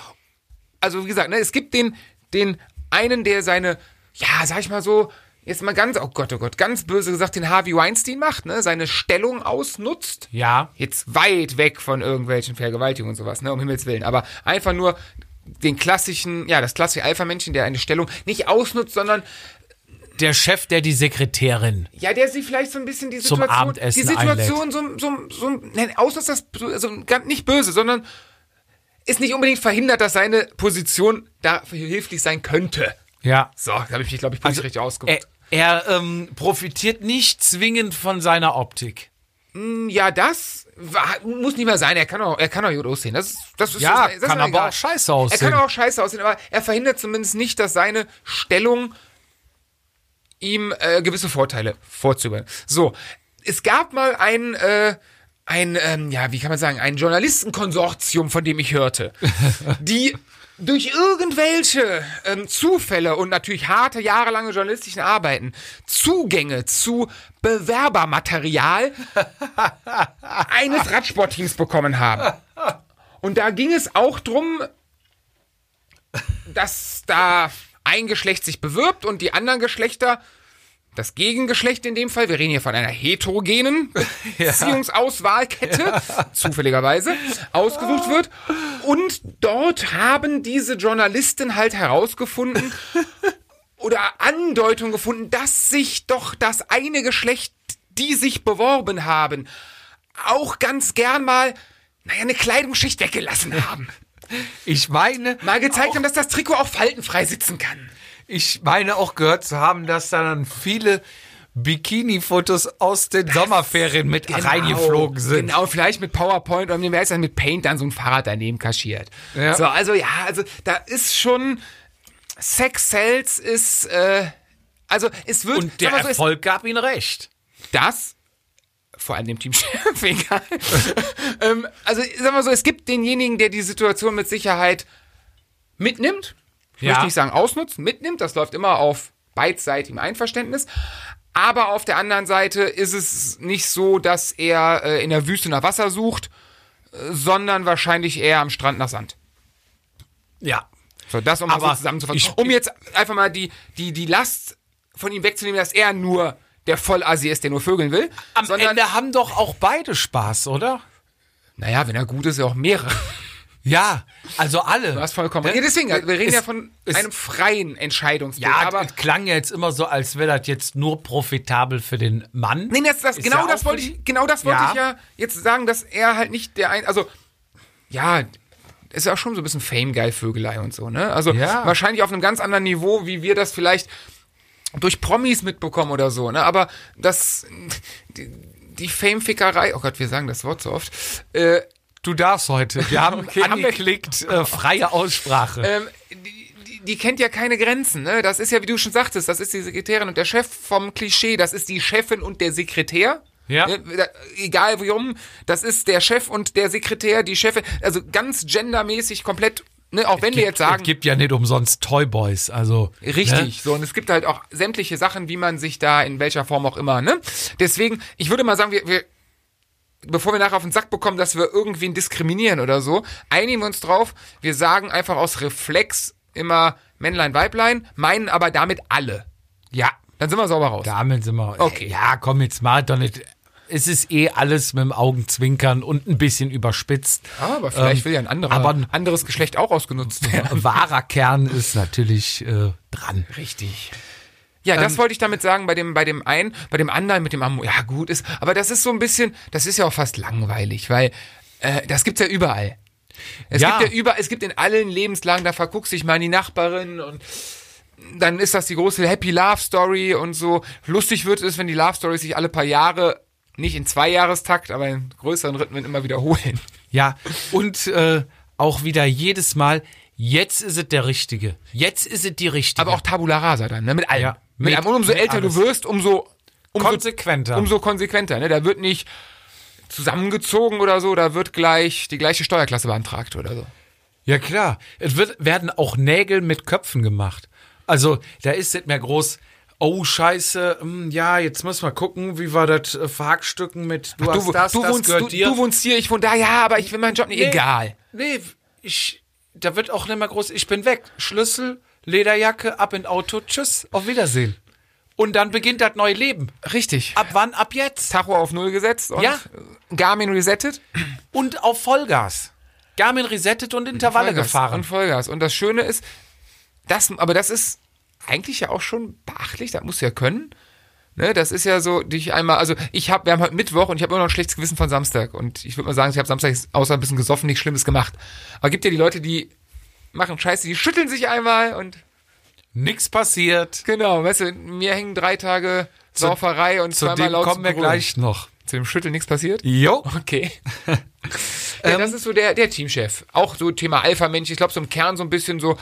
also wie gesagt, ne, es gibt den, den einen, der seine, ja, sag ich mal so, jetzt mal ganz, oh Gott, oh Gott, ganz böse gesagt, den Harvey Weinstein macht, ne, seine Stellung ausnutzt
Ja.
jetzt weit weg von irgendwelchen Vergewaltigungen und sowas, ne, um Himmels Willen, aber einfach nur den klassischen, ja, das klassische Alpha-Männchen, der eine Stellung nicht ausnutzt, sondern,
Der Chef, der die Sekretärin.
ja, der sich vielleicht so ein bisschen die
Zum
Situation,
Abendessen
die Situation so, so, so, nein, ausnutzt das, so, so ganz nicht böse, sondern ist nicht unbedingt verhindert, dass seine Position da hilflich sein könnte.
Ja.
So, da habe ich mich, glaube ich,
Also,
politisch richtig ausgemacht.
Er, er ähm, profitiert nicht zwingend von seiner Optik.
Ja, das war, muss nicht mehr sein. Er kann auch, er kann auch gut aussehen. Das, ist- das ist
Ja,
das, ist- das
kann
ist mir
aber
egal.
auch scheiße
Er
aussehen.
kann auch scheiße aussehen, aber er verhindert zumindest nicht, dass seine Stellung ihm äh, gewisse Vorteile vorzubringen. So, es gab mal ein, äh, ein, ähm, ja, wie kann man sagen, ein Journalistenkonsortium, von dem ich hörte, die durch irgendwelche ähm, Zufälle und natürlich harte, jahrelange journalistischen Arbeiten Zugänge zu Bewerbermaterial eines Radsportteams bekommen haben. Und da ging es auch drum, dass da ein Geschlecht sich bewirbt und die anderen Geschlechter, das Gegengeschlecht in dem Fall, wir reden hier von einer heterogenen Beziehungsauswahlkette, zufälligerweise, ausgesucht wird. Und dort haben diese Journalisten halt herausgefunden oder Andeutung gefunden, dass sich doch das eine Geschlecht, die sich beworben haben, auch ganz gern mal, naja, eine Kleidungsschicht weggelassen haben.
Ich meine,
Mal gezeigt haben, dass das Trikot auch faltenfrei sitzen kann.
ich meine auch gehört zu haben, dass dann viele Bikini-Fotos aus den Sommerferien mit reingeflogen sind.
Genau, vielleicht mit PowerPoint oder wer ist dann mit Paint dann so ein Fahrrad daneben kaschiert.
Ja.
So, also ja, also da ist schon Sex Sales ist, äh, also es wird
genau. Und der
sag mal so, es-
Erfolg gab ihnen recht.
das vor allem dem Teamchef, egal. ähm, also sagen wir so, es gibt denjenigen, der die Situation mit Sicherheit mitnimmt. Ich
Ja.
möchte nicht sagen ausnutzt, mitnimmt. Das läuft immer auf beidseitigem Einverständnis. Aber auf der anderen Seite ist es nicht so, dass er äh, in der Wüste nach Wasser sucht, äh, sondern wahrscheinlich eher am Strand nach Sand.
Ja.
So, das um mal so
Aber
zusammenzufassen.
ich-
um jetzt einfach mal die, die, die Last von ihm wegzunehmen, dass er nur der Vollasi ist, der nur vögeln will.
Am
sondern,
Ende haben doch auch beide Spaß, oder?
naja, wenn er gut ist, ja auch mehrere.
Ja, also alle.
Du hast vollkommen. Ja, deswegen, wir reden
Es-
ja von
es-
einem freien Entscheidungsweg.
Ja,
aber
das klang ja jetzt immer so, als wäre das jetzt nur profitabel für den Mann.
Nein, das, das,
Ist
genau,
ja
das
auch
wollte
für die-
ich, genau das wollte
Ja.
ich ja jetzt sagen, dass er halt nicht der ein, also, ja, ist ja auch schon so ein bisschen Fame-Geil-Vögelei und so, ne? Also,
Ja.
wahrscheinlich auf einem ganz anderen Niveau, wie wir das vielleicht durch Promis mitbekommen oder so, ne? Aber das, die, die Fame-Fickerei, oh Gott, wir sagen das Wort so oft, äh,
Du darfst heute. Wir haben
Okay, haben wir-
angeklickt, äh, freie Aussprache.
ähm, die, die, die kennt ja keine Grenzen, ne? Das ist ja, wie du schon sagtest, das ist die Sekretärin und der Chef vom Klischee, das ist die Chefin und der Sekretär.
Ja.
Ne? Da- Egal wie rum, das ist der Chef und der Sekretär, die Chefin, also ganz gendermäßig komplett, ne? Auch wenn wir jetzt sagen,
es gibt ja nicht umsonst Toyboys, also.
Richtig,
Ne?
so und es gibt halt auch sämtliche Sachen, wie man sich da in welcher Form auch immer, ne? Deswegen, ich würde mal sagen, wir, wir bevor wir nachher auf den Sack bekommen, dass wir irgendwen diskriminieren oder so, einigen wir uns drauf, wir sagen einfach aus Reflex immer Männlein, Weiblein, meinen aber damit alle. Ja, dann sind wir sauber raus.
Damit sind wir.
Okay.
Ja, komm, jetzt mal doch nicht. Es ist eh alles mit dem Augenzwinkern und ein bisschen überspitzt.
Ah, Aber vielleicht
Ähm,
will ja ein anderer,
Aber ein
anderes Geschlecht auch ausgenutzt werden.
wahrer Kern ist natürlich äh, dran.
Richtig. Ja, das wollte ich damit sagen bei dem bei dem einen, bei dem anderen mit dem Ammo. Ja, gut ist, aber das ist so ein bisschen, das ist ja auch fast langweilig, weil äh, das gibt's ja überall. Es
Ja.
gibt ja überall, es gibt in allen Lebenslagen, da verguckst dich mal in die Nachbarin und dann ist das die große Happy Love Story und so. Lustig wird es, wenn die Love Stories sich alle paar Jahre nicht in Zweijahrestakt, aber in größeren Rhythmen immer wiederholen.
Ja, und äh, auch wieder jedes Mal, jetzt ist es der Richtige. Jetzt ist es die Richtige.
Aber auch Tabula Rasa dann, ne? Mit allem.
Ja.
mit,
Mit-
allem. Und umso
mit
älter
alles.
du wirst, umso, umso
Konsequenter.
Umso konsequenter, ne? Da wird nicht zusammengezogen oder so, da wird gleich die gleiche Steuerklasse beantragt oder so.
Ja, klar. Es wird, werden auch Nägel mit Köpfen gemacht. Also, da ist nicht mehr groß. Oh, scheiße, hm, ja, jetzt müssen wir gucken, wie wir das äh, verhackstücken mit du, hast
wo-
das, das
wohnst,
gehört
du,
dir.
du wohnst hier, ich wohne da, ja, aber ich will meinen Job nicht.
Nee,
Egal.
Nee, ich, da wird auch nicht mehr groß, ich bin weg. Schlüssel, Lederjacke, ab in Auto, tschüss, auf Wiedersehen. Und dann beginnt das neue Leben.
Richtig.
Ab wann? Ab jetzt.
Tacho auf Null gesetzt und
Ja.
Garmin resettet.
Und auf Vollgas. Garmin resettet und Intervalle
Vollgas Und
gefahren.
Vollgas. Und das Schöne ist, das, aber das ist eigentlich ja auch schon beachtlich, das musst du ja können. Ne, das ist ja so, dich einmal, also ich habe, wir haben heute Mittwoch und ich habe immer noch ein schlechtes Gewissen von Samstag. Und ich würde mal sagen, ich habe Samstag jetzt außer ein bisschen gesoffen, nichts Schlimmes gemacht. Aber gibt ja die Leute, die machen Scheiße, die schütteln sich einmal und
Nix passiert.
genau, weißt du, mir hängen drei Tage
Zu-
Sauferei und
Zu
zweimal
dem
laut
kommen wir
Brüllen.
gleich noch.
Zu dem Schütteln nichts passiert?
Jo.
Okay. ja,
Ähm.
das ist so der, der Teamchef. Auch so Thema Alpha-Mensch. Ich glaube, so im Kern so ein bisschen so,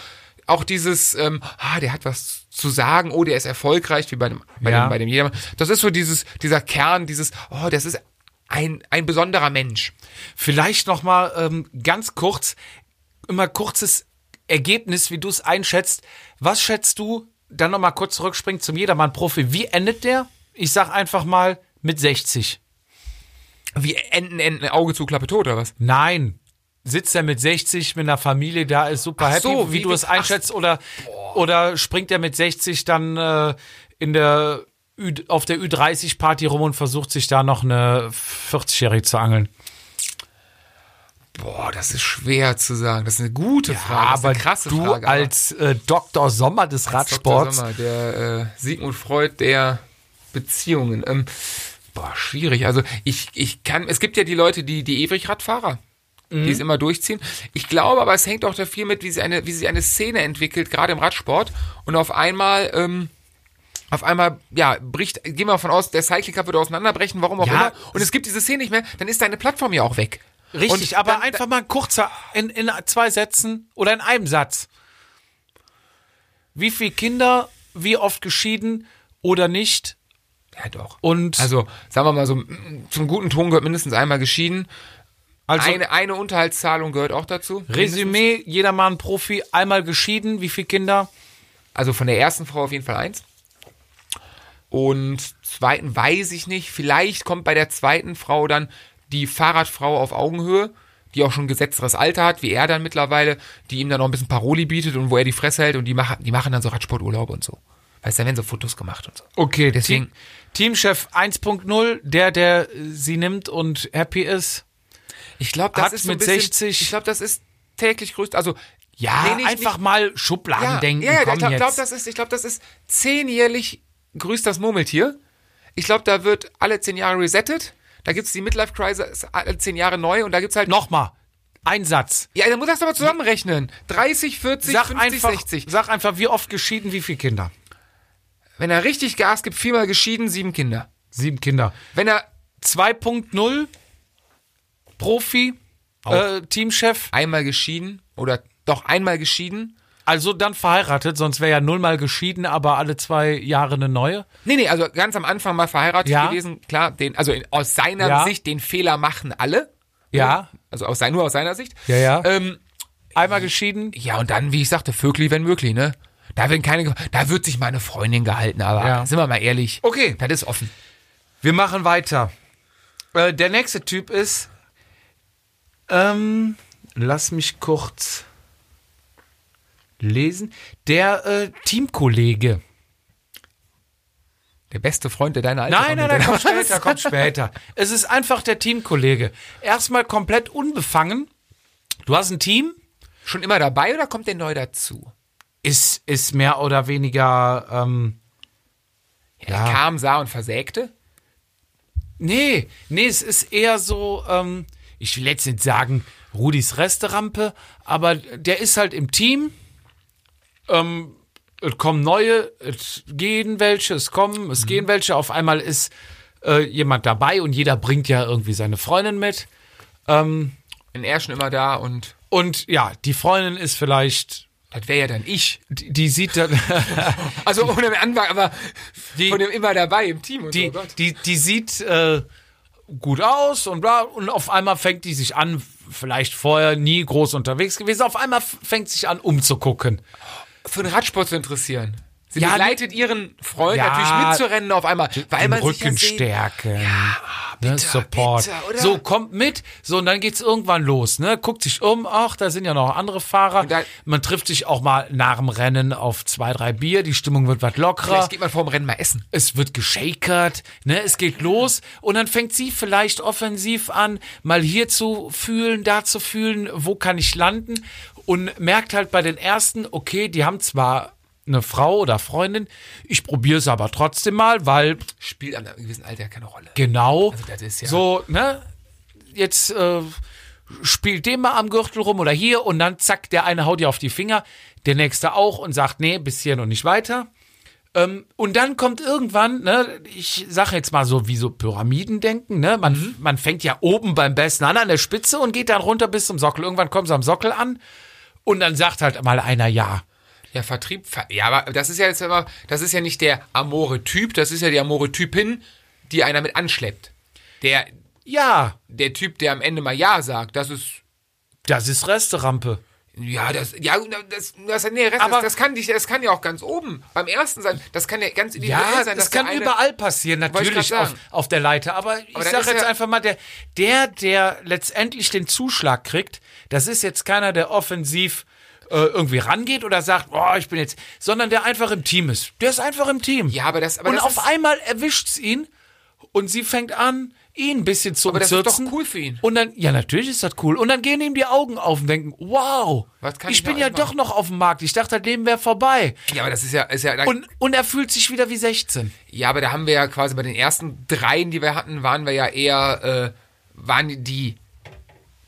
auch dieses, ähm, ah, der hat was zu sagen, oh, der ist erfolgreich, wie bei dem, bei
Ja.
dem, bei dem jedermann. Das ist so dieses, dieser Kern, dieses, oh, das ist ein, ein besonderer Mensch.
Vielleicht noch mal ähm, ganz kurz, immer kurzes Ergebnis, wie du es einschätzt. Was schätzt du? Dann noch mal kurz zurückspringen zum Jedermann-Profi. Wie endet der? Ich sag einfach mal mit 60.
Wie Enten, Enten, Auge zu, Klappe tot, oder was?
Nein. Sitzt er mit 60 mit einer Familie da, ist super happy,
so,
wie,
wie
du
du-
es einschätzt? Oder, oder springt er mit 60 dann äh, in der Ü, auf der Ü30-Party rum und versucht sich da noch eine 40-Jährige zu angeln?
Boah, das ist schwer zu sagen. Das ist eine gute Frage. das ist
Aber
eine krasse
du
Frage. aber-
als äh, Dr. Sommer des
Als Dr.
Radsports
Sommer, der äh, Sigmund Freud der Beziehungen. Ähm, boah, schwierig. Also ich, ich kann, es gibt ja die Leute, die, die ewig Radfahrer,
Mhm.
die es immer durchziehen. Ich glaube aber, es hängt auch da viel mit, wie sie eine, wie sich eine Szene entwickelt, gerade im Radsport. Und auf einmal, ähm, auf einmal, ja, bricht, gehen wir mal von aus, der Cycling Cup würde auseinanderbrechen, warum auch
Ja.
immer. Und es gibt diese Szene nicht mehr, dann ist deine Plattform ja auch weg.
Richtig,
Und
aber
dann-
einfach mal ein kurzer, in, in zwei Sätzen oder in einem Satz. Wie viele Kinder, wie oft geschieden oder nicht?
Ja, doch.
Und
Also, sagen wir mal so, mm, zum guten Ton gehört mindestens einmal geschieden.
also
eine, eine Unterhaltszahlung gehört auch dazu.
Resümee, jedermann Profi, einmal geschieden, wie viele Kinder?
Also von der ersten Frau auf jeden Fall eins. Und zweiten weiß ich nicht. Vielleicht kommt bei der zweiten Frau dann die Fahrradfrau auf Augenhöhe. die auch schon ein gesetzteres Alter hat, wie er dann mittlerweile, die ihm dann noch ein bisschen Paroli bietet und wo er die Fresse hält und die machen, die machen dann so Radsporturlaube und so. Weißt du, da werden so Fotos gemacht und so.
Okay,
Deswegen-
Team, Teamchef 1.0, der, der äh, sie nimmt und happy ist.
Ich glaube, das
Hat
ist so ein
mit
bisschen,
60
Ich glaube, das ist täglich größt. Also
Ja,
nee, nicht-
einfach
nicht-
mal Schubladen
ja,
denken.
Ja, ja,
komm
ich glaube,
jetzt.
glaub, das ist, ich glaube, das ist zehnjährlich grüßt das Murmeltier. Ich glaube, da wird alle zehn Jahre resettet. Da gibt's die Midlife Crisis alle zehn Jahre neu und da gibt's halt
Nochmal, ein Satz.
Ja, dann muss das aber zusammenrechnen. 30, 40,
Sag
50,
einfach,
60.
sag einfach, wie oft geschieden, wie viele Kinder?
Wenn er richtig Gas gibt, viermal geschieden, sieben Kinder.
Sieben Kinder.
Wenn er
2.0, Profi, äh, Teamchef.
einmal geschieden oder doch einmal geschieden.
Also dann verheiratet, sonst wäre ja null mal geschieden, aber alle zwei Jahre eine neue.
Nee, nee, also ganz am Anfang mal verheiratet
Ja.
gewesen, klar, den, also in, aus seiner
Ja.
Sicht, den Fehler machen alle.
Ja.
Also aus sein, nur aus seiner Sicht.
Ja, ja.
Ähm,
Einmal geschieden.
ja, und dann, wie ich sagte, Vögli, wenn möglich, ne? Da werden keine, ge- da wird sich meine Freundin gehalten, aber
Ja.
sind wir mal ehrlich.
Okay.
Das ist offen.
Wir machen weiter. Äh, der nächste Typ ist. Ähm, lass mich kurz lesen. Der äh, Teamkollege.
Der beste Freund, der deine alte
Nein, nein, nein,
Freundin-
kommt später, kommt später. Es ist einfach der Teamkollege. Erstmal komplett unbefangen. Du hast ein Team,
Schon immer dabei oder kommt der neu dazu?
ist, ist mehr oder weniger. Ähm,
Ja. Er kam, sah und versägte.
Nee, nee, es ist eher so, ähm, ich will jetzt nicht sagen, Rudis Resterampe, aber der ist halt im Team. Ähm, es kommen neue, es gehen welche, es kommen, es gehen welche. Auf einmal ist äh, jemand dabei und jeder bringt ja irgendwie seine Freundin mit.
Und er schon immer da und
Und ja, die Freundin ist vielleicht,
das wäre ja dann ich.
die, die sieht dann.
Also ohne den Anwalt, aber
Die-
von dem immer dabei im Team und so.
die,
oh Gott.
die, die sieht äh, gut aus und bla. Und auf einmal fängt die sich an, vielleicht vorher nie groß unterwegs gewesen, auf einmal f- fängt sich an, umzugucken.
Für den Radsport zu interessieren. Sie
Ja,
leitet ihren Freund
Ja,
natürlich mitzurennen auf einmal, weil
Den
man
Rücken
sich ja sieht,
stärken. ne, Support.
bitte, oder?
so, kommt mit. So, und dann geht's irgendwann los. Ne? Guckt sich um. Ach, da sind ja noch andere Fahrer.
da-
man trifft sich auch mal nach dem Rennen auf zwei, drei Bier. Die Stimmung wird was lockerer.
vielleicht geht man vorm Rennen mal essen.
es wird geschakert, ne, es geht los und dann fängt sie vielleicht offensiv an, mal hier zu fühlen, da zu fühlen, wo kann ich landen und merkt halt bei den ersten, okay, die haben zwar eine Frau oder Freundin, ich probiere es aber trotzdem mal, weil
Spielt an einem gewissen Alter keine Rolle.
genau
Also das ist ja-
so, ne, jetzt äh, spielt dem mal am Gürtel rum oder hier und dann zack, der eine haut dir auf die Finger, der nächste auch und sagt, nee, bis hier und nicht weiter. Ähm, Und dann kommt irgendwann, ne, ich sage jetzt mal so, wie so Pyramidendenken, ne? Man,
Mhm.
man fängt ja oben beim Besten an, an der Spitze und geht dann runter bis zum Sockel. Irgendwann kommen sie am Sockel an und dann sagt halt mal einer ja.
Ja, Vertrieb. Ver ja, aber das ist ja jetzt immer, das ist ja nicht der Amore-Typ, das ist ja die Amore-Typin, die einer mit anschleppt. Der,
Ja,
der Typ, der am Ende mal Ja sagt, das ist
das ist Resterampe.
Ja, das, ja, das, das, nee, Rest,
Aber-
das, das kann dich, das kann ja auch ganz oben beim ersten sein. Das kann ja ganz individuell
Ja,
sein.
das
dass der
kann
eine-
überall passieren,
Wollte ich
natürlich
grad
auf,
sagen.
auf der Leiter. Aber ich
dann
sage
ist
jetzt
ja-
einfach mal, der, der, der letztendlich den Zuschlag kriegt, das ist jetzt keiner, der offensiv äh, irgendwie rangeht oder sagt, boah, ich bin jetzt, sondern der einfach im Team ist. Der ist einfach im Team.
Ja, aber das, aber
und
das
auf
ist,
einmal erwischt's ihn und sie fängt an, ihn ein bisschen zu
Aber das ist
umzirzen.
doch cool für ihn.
Und dann, ja, natürlich ist das cool. Und dann gehen ihm die Augen auf und denken, wow,
Was kann
ich,
ich
bin
noch
ja
machen?
doch noch auf dem Markt. Ich dachte, das Leben wäre vorbei.
ja, aber das ist ja, ist ja, da,
Und, und er fühlt sich wieder wie 16.
ja, aber da haben wir ja quasi bei den ersten dreien, die wir hatten, waren wir ja eher, äh, waren die,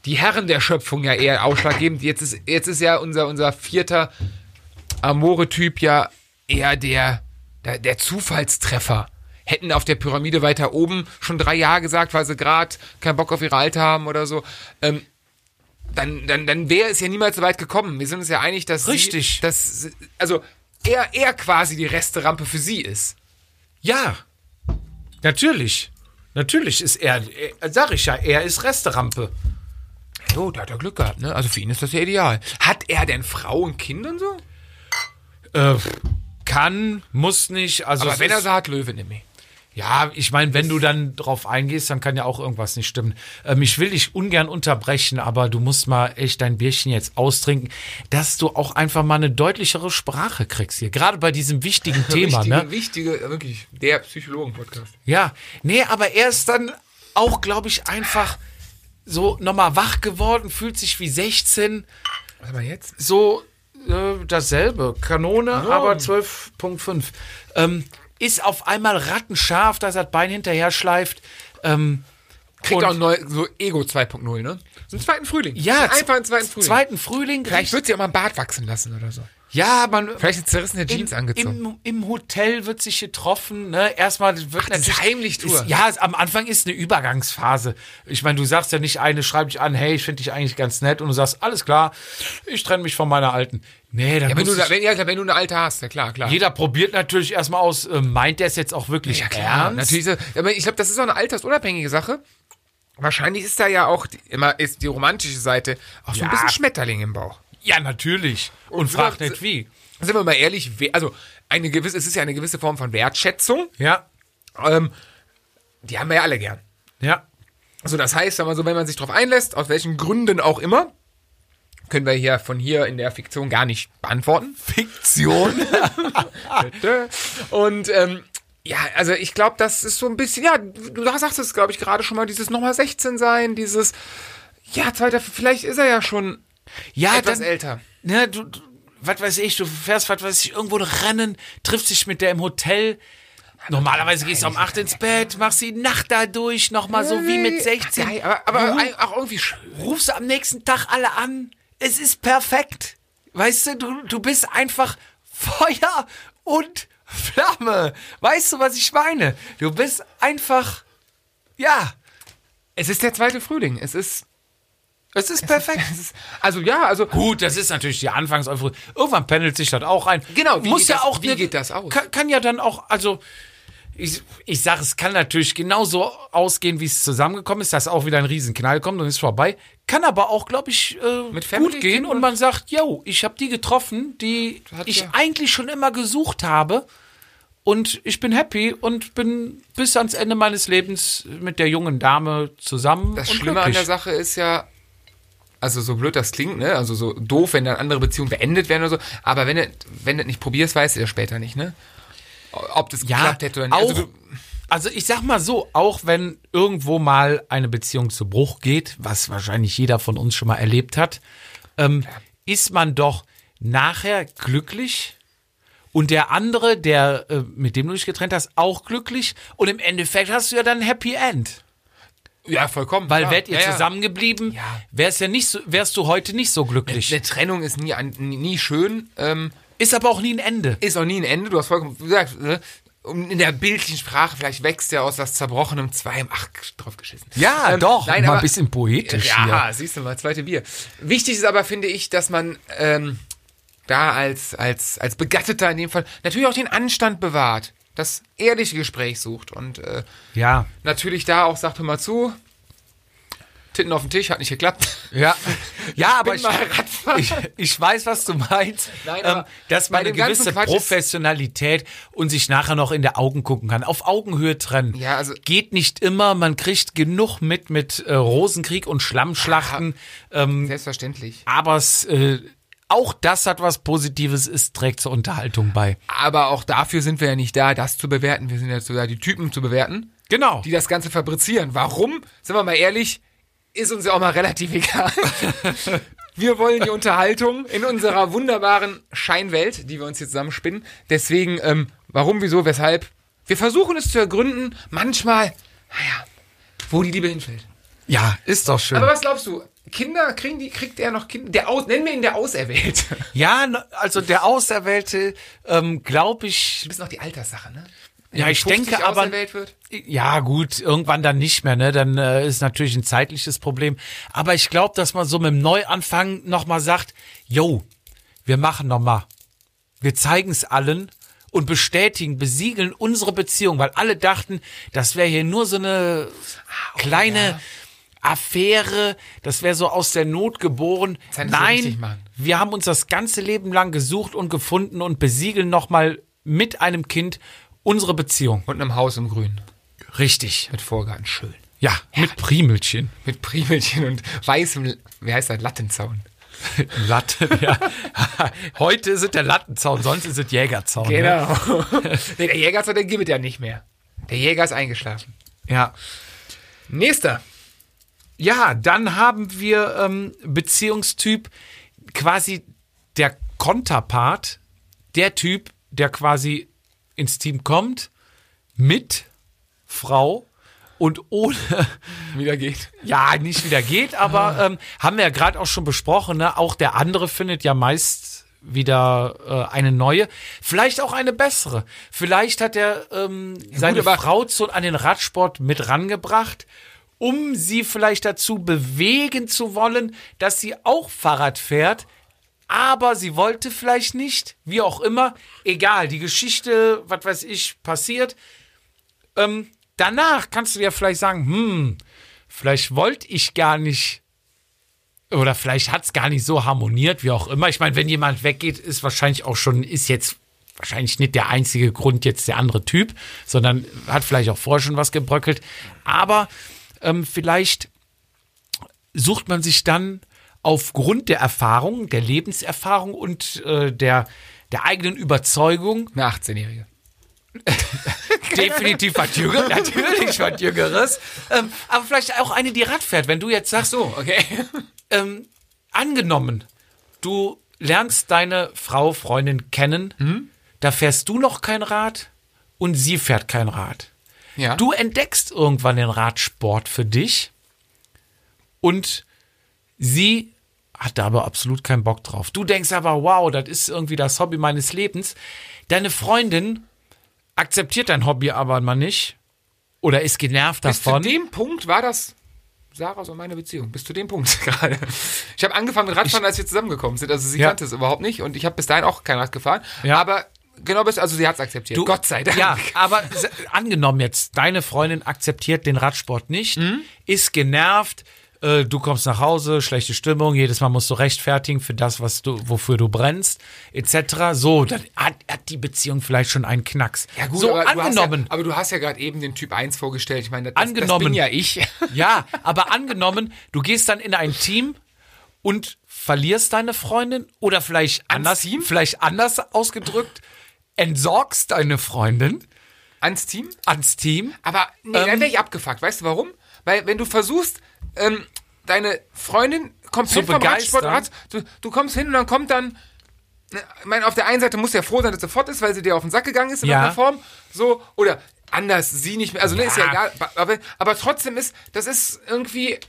die Herren der Schöpfung ja eher ausschlaggebend. Jetzt ist, jetzt ist ja unser, unser vierter Amore-Typ ja eher der, der, der Zufallstreffer. Hätten auf der Pyramide weiter oben schon drei Jahre gesagt, weil sie gerade keinen Bock auf ihre Alte haben oder so. Ähm, dann, dann, dann wäre es ja niemals so weit gekommen. Wir sind uns ja einig, dass
Richtig.
sie, dass, sie- also er, er quasi die Resterampe für sie ist.
Ja, natürlich. Natürlich ist er, er sag ich ja, er ist Resterampe.
Jo, da hat er Glück gehabt, ne? Also für ihn ist das ja ideal. Hat er denn Frau und Kind und so?
Äh, kann, muss nicht. Also
Aber
es
wenn er
ist-
so hat, Löwe ne, nämlich.
Ja, ich meine, wenn du dann drauf eingehst, dann kann ja auch irgendwas nicht stimmen. Ähm, ich will dich ungern unterbrechen, aber du musst mal echt dein Bierchen jetzt austrinken, dass du auch einfach mal eine deutlichere Sprache kriegst hier. Gerade bei diesem wichtigen Thema,
wichtige,
ne?
wichtige, wirklich, der Psychologen-Podcast.
Ja, nee, aber er ist dann auch, glaube ich, einfach so nochmal wach geworden, fühlt sich wie 16,
Was mal jetzt?
so äh, dasselbe.
Ah.
Kanone, aber 12.5. Ähm, ist auf einmal rattenscharf, dass er das Bein hinterher schleift. Ähm,
Kriegt
und-
auch neu, so Ego 2.0, ne? So einen zweiten Frühling.
ja,
Einfach einen zweiten Frühling.
Zweiten Frühling
Vielleicht
recht-
wird sie auch mal einen Bart wachsen lassen oder so.
Ja, man.
Vielleicht eine zerrissene Jeans
im,
angezogen.
Im, Im Hotel wird sich getroffen. Ne? Erstmal wird
das ist
natürlich.
Heimlichtour.
Ist, ja, es- am Anfang ist eine Übergangsphase. Ich meine, du sagst ja nicht eine, schreib dich an, hey, ich finde dich eigentlich ganz nett. Und du sagst, alles klar, ich trenne mich von meiner alten. Nee, dann
ja, wenn,
muss
du,
ich,
da- wenn, ja, klar, wenn du eine alte hast, ja klar, klar.
Jeder probiert natürlich erstmal aus, äh, meint der es jetzt auch wirklich
ja, klar.
ernst?
Natürlich, ist das- aber ich glaube, das ist auch eine altersunabhängige Sache. Wahrscheinlich ist da ja auch die, immer ist die romantische Seite auch so ein
Ja.
bisschen Schmetterling im Bauch.
Ja, natürlich. Und, fragt
sogar-
nicht wie.
Sind wir mal ehrlich, we- also eine gewisse, es ist ja eine gewisse Form von Wertschätzung.
Ja,
Ähm, die haben wir ja alle gern.
ja.
So, das heißt, wenn man, so, wenn man sich drauf einlässt, aus welchen Gründen auch immer, können wir hier von hier in der Fiktion gar nicht beantworten.
Fiktion.
Ah, Und ähm, ja, also ich glaube, das ist so ein bisschen, ja, du sagst es, glaube ich, gerade schon mal, dieses nochmal 16 sein, dieses, ja, zweiter, vielleicht ist er ja schon
ja,
etwas
Ah, dann,
älter.
Ne, du, du was weiß ich, du fährst, was weiß ich, irgendwo ein rennen, triffst dich mit der im Hotel. Normalerweise gehst du um 8 ins Bett, machst die Nacht da durch, nochmal so wie mit 16.
Ach, geil, aber aber ein- auch irgendwie schön.
rufst am nächsten Tag alle an. Es ist perfekt. Weißt du, du, du bist einfach Feuer und Flamme. Weißt du, was ich meine? Du bist einfach, ja,
Es ist der zweite Frühling. Es ist,
es ist perfekt.
es ist also ja, also
Gut, das ist natürlich die Anfangseuphorie. Irgendwann pendelt sich das auch ein.
Genau, wie
muss
geht
ja
das-
auch
wie
ne-
geht das aus?
Kann, kann ja dann auch, also ich, ich sage, es kann natürlich genauso ausgehen, wie es zusammengekommen ist, dass auch wieder ein Riesenknall kommt und ist vorbei. Kann aber auch, glaube ich, äh,
Mit Family
gut gehen
Team
und
und-
man sagt, yo, ich habe die getroffen, die
Hat
ich
ja-
eigentlich schon immer gesucht habe. Und ich bin happy und bin bis ans Ende meines Lebens mit der jungen Dame zusammen.
Das
und
Schlimme an
glücklich.
der Sache ist ja, also so blöd das klingt, ne? Also so doof, wenn dann andere Beziehungen beendet werden oder so. Aber wenn du, wenn du nicht probierst, weißt du ja später nicht, ne? Ob das geklappt hätte oder nicht.
Auch,
Also
also,
du-
ich sag mal so, auch wenn irgendwo mal eine Beziehung zu Bruch geht, was wahrscheinlich jeder von uns schon mal erlebt hat, ähm, ist man doch nachher glücklich und der andere, der äh, mit dem du dich getrennt hast, auch glücklich und im Endeffekt hast du ja dann ein Happy End,
ja, vollkommen.
weil
klar.
wärt ihr
ja,
zusammengeblieben,
Ja.
wärst ja nicht so, wärst du heute nicht so glücklich.
Ja. Eine Trennung ist nie, ein, nie nie schön, ähm,
Ist aber auch nie ein Ende.
ist auch nie ein Ende. Du hast vollkommen gesagt, ne? Und in der bildlichen Sprache, vielleicht wächst ja aus was Zerbrochenem Zweiem. Ach, drauf geschissen.
Ja,
Ähm,
doch,
nein,
mal
aber-
ein bisschen poetisch
Ja,
hier.
siehst du mal, zweite Bier. Wichtig ist aber, finde ich, dass man ähm, da als, als, als Begatteter in dem Fall natürlich auch den Anstand bewahrt, das ehrliche Gespräch sucht und äh,
Ja,
natürlich da auch sagt, hör mal zu, Titten auf den Tisch, hat nicht geklappt.
ja, ja, aber
Bin mal Radfahrer.
ich, ich weiß, was du meinst,
Nein,
ähm,
aber
dass
bei
man eine
dem ganzen
gewisse
Quatsch ist-
Professionalität und sich nachher noch in der Augen gucken kann, auf Augenhöhe trennen.
Ja, also-
Geht nicht immer, man kriegt genug mit mit äh, Rosenkrieg und Schlammschlachten, ähm,
Selbstverständlich.
aber es, äh, auch das hat was Positives, ist trägt zur Unterhaltung bei.
Aber auch dafür sind wir ja nicht da, das zu bewerten. Wir sind ja dazu da, die Typen zu bewerten,
Genau.
die das Ganze fabrizieren. Warum? Sind wir mal ehrlich, ist uns ja auch mal relativ egal. Wir wollen die Unterhaltung in unserer wunderbaren Scheinwelt, die wir uns hier zusammenspinnen. Deswegen, ähm, warum, wieso, weshalb? Wir versuchen es zu ergründen, manchmal, naja, wo die Liebe hinfällt.
ja, ist doch schön.
Aber was glaubst du? Kinder, kriegen die, kriegt er noch Kinder? Der Aus, nennen wir ihn der Auserwählte.
ja, n- also der Auserwählte, ähm, glaube ich,
Du bist noch die Alterssache, ne? Wenn
Ja,
die
ich
50
denke aber-
auserwählt wird.
Ja, gut, irgendwann dann nicht mehr, ne? Dann äh, ist natürlich ein zeitliches Problem. Aber ich glaube, dass man so mit dem Neuanfang nochmal sagt, yo, wir machen nochmal. Wir zeigen es allen und bestätigen, besiegeln unsere Beziehung, weil alle dachten, das wäre hier nur so eine
Ah,
kleine Affäre, das wäre so aus der Not geboren.
Kann ich so richtig
Nein,
machen.
wir haben uns das ganze Leben lang gesucht und gefunden und besiegeln nochmal mit einem Kind Unsere Beziehung.
Und einem Haus im Grün.
Richtig.
Mit Vorgarten. Schön.
Ja, mit Primelchen.
Mit Primelchen und weißem, wie heißt das, Lattenzaun.
Latte, ja. Heute ist es der Lattenzaun, sonst ist es Jägerzaun. ne?
Genau. nee, der Jäger hat, den gibt es ja nicht mehr. Der Jäger ist eingeschlafen.
Ja.
Nächster.
Ja, dann haben wir ähm, Beziehungstyp quasi der Konterpart, der Typ, der quasi ins Team kommt, mit Frau und ohne,
Wieder geht.
ja, nicht wieder geht, aber ähm, haben wir ja gerade auch schon besprochen, ne? auch der andere findet ja meist wieder äh, eine neue, vielleicht auch eine bessere. Vielleicht hat er ähm, seine
aber-
Frau zu, an den Radsport mit rangebracht, um sie vielleicht dazu bewegen zu wollen, dass sie auch Fahrrad fährt, aber sie wollte vielleicht nicht, wie auch immer, egal, die Geschichte, was weiß ich, passiert. Ähm, danach kannst du ja vielleicht sagen, hm, vielleicht wollte ich gar nicht oder vielleicht hat es gar nicht so harmoniert, wie auch immer. Ich meine, wenn jemand weggeht, ist wahrscheinlich auch schon, ist jetzt wahrscheinlich nicht der einzige Grund jetzt der andere Typ, sondern hat vielleicht auch vorher schon was gebröckelt. Aber ähm, vielleicht sucht man sich dann aufgrund der Erfahrung, der Lebenserfahrung und äh, der, der eigenen Überzeugung
Eine 18-Jährige.
definitiv was Jüngeres, natürlich was Jüngeres, ähm, aber vielleicht auch eine, die Rad fährt. Wenn du jetzt sagst, so,
Okay.
ähm, angenommen, du lernst deine Frau, Freundin kennen, da fährst du noch kein Rad und sie fährt kein Rad.
Ja.
Du entdeckst irgendwann den Radsport für dich und sie hat da aber absolut keinen Bock drauf. Du denkst aber, wow, das ist irgendwie das Hobby meines Lebens. Deine Freundin akzeptiert dein Hobby aber mal nicht oder ist genervt
Bis zu
davon.
dem Punkt war das Sarahs und meine Beziehung. Bis zu dem Punkt gerade. Ich habe angefangen mit Radfahren, als wir zusammengekommen sind. Also sie
Ja.
kannte es überhaupt nicht und ich habe bis dahin auch kein Rad gefahren.
Ja.
Aber genau bis, also sie hat es akzeptiert.
Du-
Gott sei Dank.
Ja, aber se- angenommen jetzt, deine Freundin akzeptiert den Radsport nicht,
Mhm.
ist genervt, äh, du kommst nach Hause, schlechte Stimmung, jedes Mal musst du rechtfertigen für das, was du, wofür du brennst, etc. So, dann hat, hat die Beziehung vielleicht schon einen Knacks.
Ja, gut,
so
aber Du
angenommen.
hast ja, aber du hast ja gerade eben den Typ 1 vorgestellt. Ich meine, das, das
Angenommen.
bin ja ich.
Ja, aber angenommen, du gehst dann in ein Team und verlierst deine Freundin oder vielleicht anders,
Team?
vielleicht anders ausgedrückt, entsorgst deine Freundin
Ans Team.
ans Team.
Aber nee,
Ähm.
dann wäre ich abgefuckt. Weißt du warum? Weil wenn du versuchst, ähm, deine Freundin komplett
Zu
vom Radsport
begeistern.
Rad, du, du kommst hin und dann kommt dann, äh, ich meine, auf der einen Seite musst du ja froh sein, dass sie fort ist, weil sie dir auf den Sack gegangen ist in
Ja.
irgendeiner Form. So, oder anders, sie nicht mehr. Also, ne, ist ja
Ja.
egal. Ba- Aber, aber trotzdem ist, das ist irgendwie.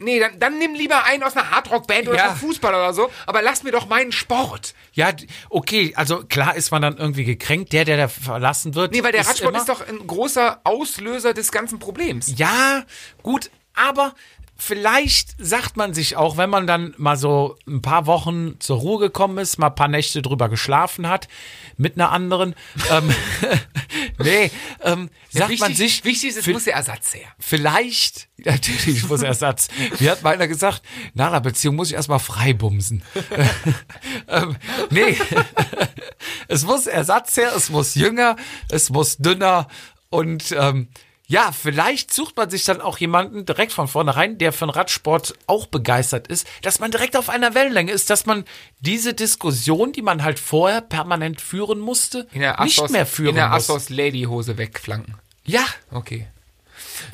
Nee, dann, dann nimm lieber einen aus einer Hardrock-Band oder
Ja.
vom Fußball oder so, aber lass mir doch meinen Sport.
Ja, d- okay, also klar ist man dann irgendwie gekränkt, der, der da verlassen wird.
Nee, weil der Radsport
immer-
ist doch ein großer Auslöser des ganzen Problems.
Ja, gut, aber vielleicht sagt man sich auch, wenn man dann mal so ein paar Wochen zur Ruhe gekommen ist, mal ein paar Nächte drüber geschlafen hat, mit einer anderen, ähm, nee, ähm, sagt man sich,
wichtig ist, es
vi-
muss der Ersatz her.
vielleicht, natürlich muss Ersatz, wie hat meiner gesagt, nach einer Beziehung muss ich erstmal freibumsen. ähm, nee, es muss Ersatz her, es muss jünger, es muss dünner und ähm, ja, vielleicht sucht man sich dann auch jemanden direkt von vornherein, der von Radsport auch begeistert ist, dass man direkt auf einer Wellenlänge ist, dass man diese Diskussion, die man halt vorher permanent führen musste, nicht mehr führen
In der
muss.
Assos Lady-Hose wegflanken.
Ja,
Okay.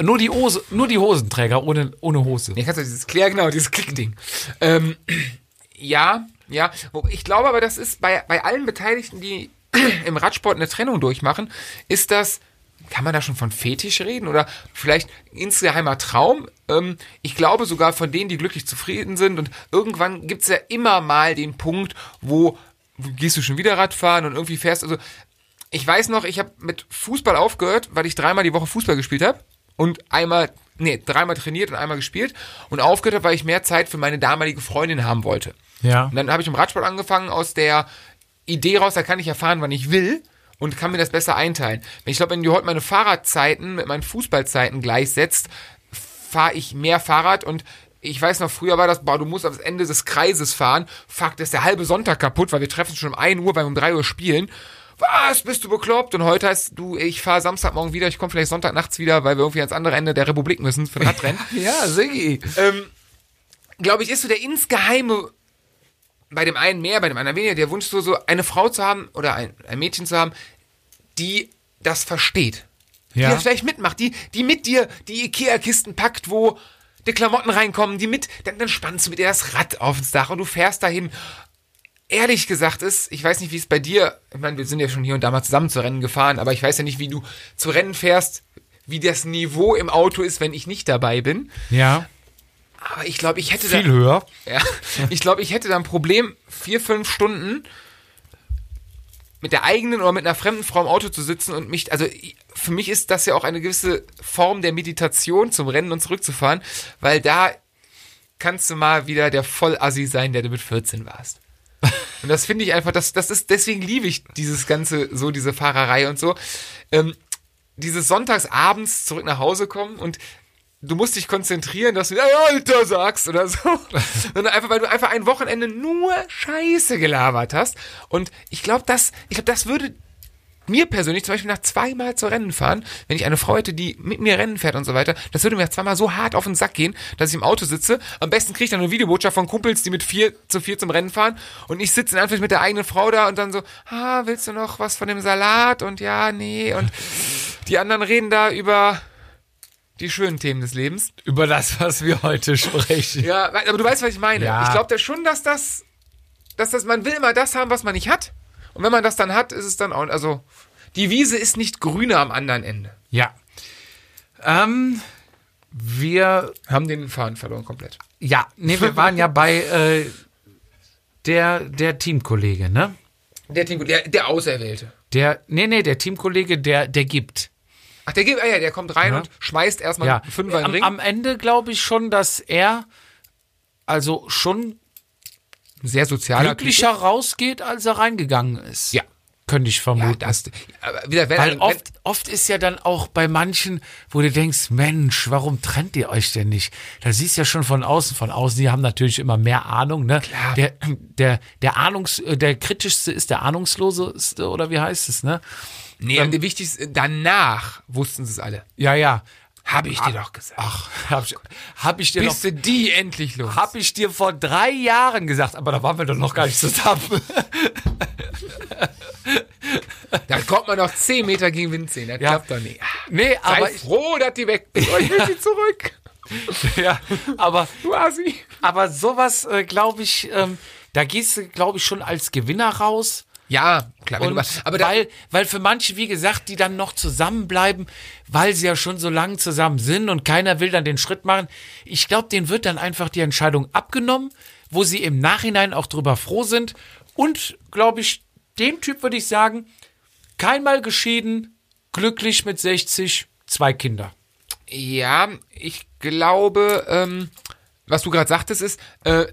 nur die Hose, nur die Hosenträger ohne ohne Hose.
Nee, kannst du dieses Klär, genau, dieses Klickding. Ähm, ja, ja. Wo- Ich glaube aber, das ist bei, bei allen Beteiligten, die im Radsport eine Trennung durchmachen, ist das, kann man da schon von Fetisch reden oder vielleicht insgeheimer Traum? Ähm, ich glaube sogar von denen, die glücklich zufrieden sind und irgendwann gibt's ja immer mal den Punkt, wo gehst du schon wieder Radfahren und irgendwie fährst, also ich weiß noch, ich habe mit Fußball aufgehört, weil ich dreimal die Woche Fußball gespielt habe und einmal, nee, dreimal trainiert und einmal gespielt und aufgehört habe, weil ich mehr Zeit für meine damalige Freundin haben wollte. Ne?
Ja.
Und dann habe ich im Radsport angefahren aus der Idee raus, da kann ich erfahren, wann ich will und kann mir das besser einteilen. Ich glaube, wenn du heute meine Fahrradzeiten mit meinen Fußballzeiten gleichsetzt, fahre ich mehr Fahrrad und ich weiß noch, früher war das, boah, du musst aufs Ende des Kreises fahren. Fuck, das ist der halbe Sonntag kaputt, weil wir treffen uns schon um 1 Uhr, weil wir um 3 Uhr spielen. was, bist du bekloppt? Und heute heißt du, ich fahre Samstagmorgen wieder, ich komme vielleicht Sonntagnachts wieder, weil wir irgendwie ans andere Ende der Republik müssen für ein Radrennen.
Ja, Siggi.
ähm, Glaube ich, ist so der insgeheime, bei dem einen mehr, bei dem anderen weniger, der Wunsch so, so eine Frau zu haben oder ein, ein Mädchen zu haben, die das versteht. Die
Ja.
das vielleicht mitmacht, die, die mit dir die Ikea-Kisten packt, wo die Klamotten reinkommen, die mit, dann, dann spannst du mit ihr das Rad aufs Dach und du fährst dahin ehrlich gesagt ist, ich weiß nicht, wie es bei dir, ich meine, wir sind ja schon hier und da mal zusammen zu Rennen gefahren, aber ich weiß ja nicht, wie du zu Rennen fährst, wie das Niveau im Auto ist, wenn ich nicht dabei bin.
Ja.
Aber ich glaube, ich hätte
Viel
da,
höher.
ja, ich glaube, ich hätte da ein Problem, vier, fünf Stunden mit der eigenen oder mit einer fremden Frau im Auto zu sitzen und mich, also ich- für mich ist das ja auch eine gewisse Form der Meditation zum Rennen und zurückzufahren, weil da kannst du mal wieder der Vollassi sein, der du mit 14 warst. Und das finde ich einfach, das, das ist, deswegen liebe ich dieses Ganze, so diese Fahrerei und so. Ähm, dieses Sonntagsabends zurück nach Hause kommen und du musst dich konzentrieren, dass du, ja, Alter, sagst oder so. Und einfach, weil du einfach ein Wochenende nur Scheiße gelabert hast. Und ich glaube, das, ich glaube, das würde mir persönlich zum Beispiel nach zweimal zu Rennen fahren, wenn ich eine Frau hätte, die mit mir Rennen fährt und so weiter, das würde mir nach zweimal so hart auf den Sack gehen, dass ich im Auto sitze. Am besten kriege ich dann eine Videobotschaft von Kumpels, die mit vier zu vier zum Rennen fahren und ich sitze in Anführungszeichen mit der eigenen Frau da und dann so, ah, willst du noch was von dem Salat und ja, nee und die anderen reden da über die schönen Themen des Lebens.
Über das, was wir heute sprechen.
Ja, we- aber du weißt, was ich meine.
Ja.
Ich glaube da schon, dass das, dass das, man will immer das haben, was man nicht hat. Und wenn man das dann hat, ist es dann auch, also, die Wiese ist nicht grüner am anderen Ende.
Ja. Ähm, wir,
Haben den Faden verloren komplett.
ja, nee, wir waren ja bei äh, der, der Teamkollege, ne?
Der Team, der, der Auserwählte.
Der, nee, nee, der Teamkollege, der, der gibt.
Ach, der, geht- ah ja, der kommt rein
Ja.
und schmeißt erstmal
Ja.
einen Fünfer in den
am,
Ring.
am Ende glaube ich schon, dass er also schon
Ein Sehr sozialer Typ.
glücklicher rausgeht, als er reingegangen ist.
Ja.
Könnte ich
Ja,
vermuten.
das, aber wieder, wenn,
Weil
wenn,
oft, oft ist ja dann auch bei manchen, wo du denkst, Mensch, warum trennt ihr euch denn nicht? Da siehst du ja schon von außen. Von außen, die haben natürlich immer mehr Ahnung, ne?
Klar.
Der, der, der Ahnungs, äh, der kritischste ist der Ahnungsloseste, oder wie heißt es, ne?
nee, am wichtigsten, danach wussten sie es alle.
Ja, ja. Ah,
Habe ich dir doch gesagt.
Ach, hab ich, hab ich dir noch,
Bist du die endlich los?
Genau. hab ich dir vor drei Jahren gesagt, aber da waren wir doch noch gar nicht zusammen.
Da kommt man noch 10 Meter gegen Wind sehen. Das
Ja.
klappt doch nicht.
nee,
Sei
aber, ich,
froh, dass die weg ist. Oh, ich will sie zurück.
ja, aber,
Du Assi.
aber sowas, äh, glaube ich, ähm, da gehst du, glaube ich, schon als Gewinner raus.
Ja, klar. Wenn
Und
du, was- aber da,
weil, weil für manche, wie gesagt, die dann noch zusammenbleiben, weil sie ja schon so lange zusammen sind und keiner will dann den Schritt machen, ich glaube, denen wird dann einfach die Entscheidung abgenommen, wo sie im Nachhinein auch drüber froh sind. Und, glaube ich, dem Typ würde ich sagen, keinmal geschieden, glücklich mit 60, zwei Kinder.
ja, ich glaube, ähm, was du gerade sagtest, ist, äh,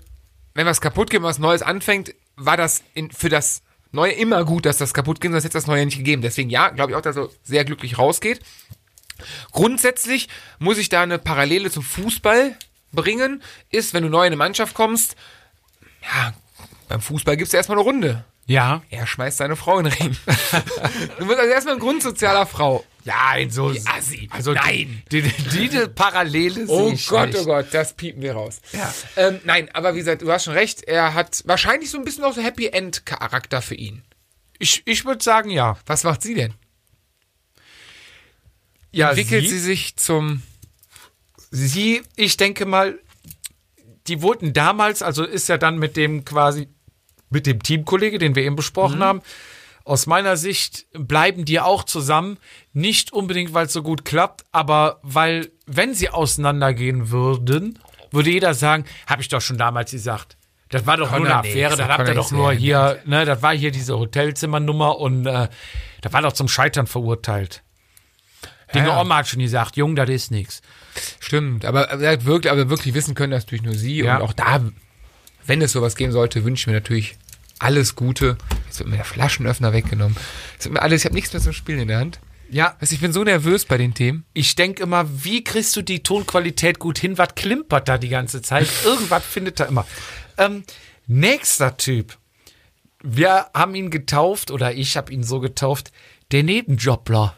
wenn was kaputt geht, wenn was Neues anfängt, war das in, für das Neue immer gut, dass das kaputt ging, sonst hätte es das Neue nicht gegeben. Deswegen ja, glaube ich auch, dass er sehr glücklich rausgeht. Grundsätzlich muss ich da eine Parallele zum Fußball bringen, ist, wenn du neu in eine Mannschaft kommst, ja, beim Fußball gibt's ja erstmal eine Runde.
Ja.
Er schmeißt seine Frau in den Ring. du wirst also erstmal ein grundsozialer Frau.
Ja, in so.
Assi.
Also
Nein.
Die, die, die Parallele
Oh
sehe ich
Gott,
nicht.
oh Gott, das piepen wir raus. Ähm, nein, aber wie gesagt, du hast schon recht. Er hat wahrscheinlich so ein bisschen auch so Happy End Charakter für ihn.
Ich, ich würde sagen, ja.
Was macht sie denn?
ja
Entwickelt sie, sich zum?
sie, ich denke mal, die wurden damals, also ist ja dann mit dem quasi, mit dem Teamkollege, den wir eben
Mhm.
besprochen haben, aus meiner Sicht bleiben die auch zusammen. Nicht unbedingt, weil es so gut klappt, aber weil, wenn sie auseinandergehen würden, würde jeder sagen, habe ich doch schon damals gesagt. Das war doch
Kann
nur
doch
eine
nix,
Affäre,
das
das habt
kann
ihr
doch
doch
nix
nur
werden.
hier, ne, das war hier diese Hotelzimmernummer und äh, das war doch zum Scheitern verurteilt. Die
Ja.
Oma hat schon gesagt, Jung, das ist nichts.
Stimmt, aber aber er hat wirklich, aber wirklich wissen können das natürlich nur sie
Ja.
und auch da, wenn es sowas geben sollte, wünsche ich mir natürlich alles Gute. Jetzt wird mir der Flaschenöffner weggenommen. Jetzt wird mir alles, ich habe nichts mehr zum Spielen in der Hand.
Ja,
Weißt, du, ich bin so nervös bei den Themen.
Ich denke immer, wie kriegst du die Tonqualität gut hin? Was klimpert da die ganze Zeit? Irgendwas findet er immer. Ähm, nächster Typ. wir haben ihn getauft oder ich habe ihn so getauft, der Nebenjobler.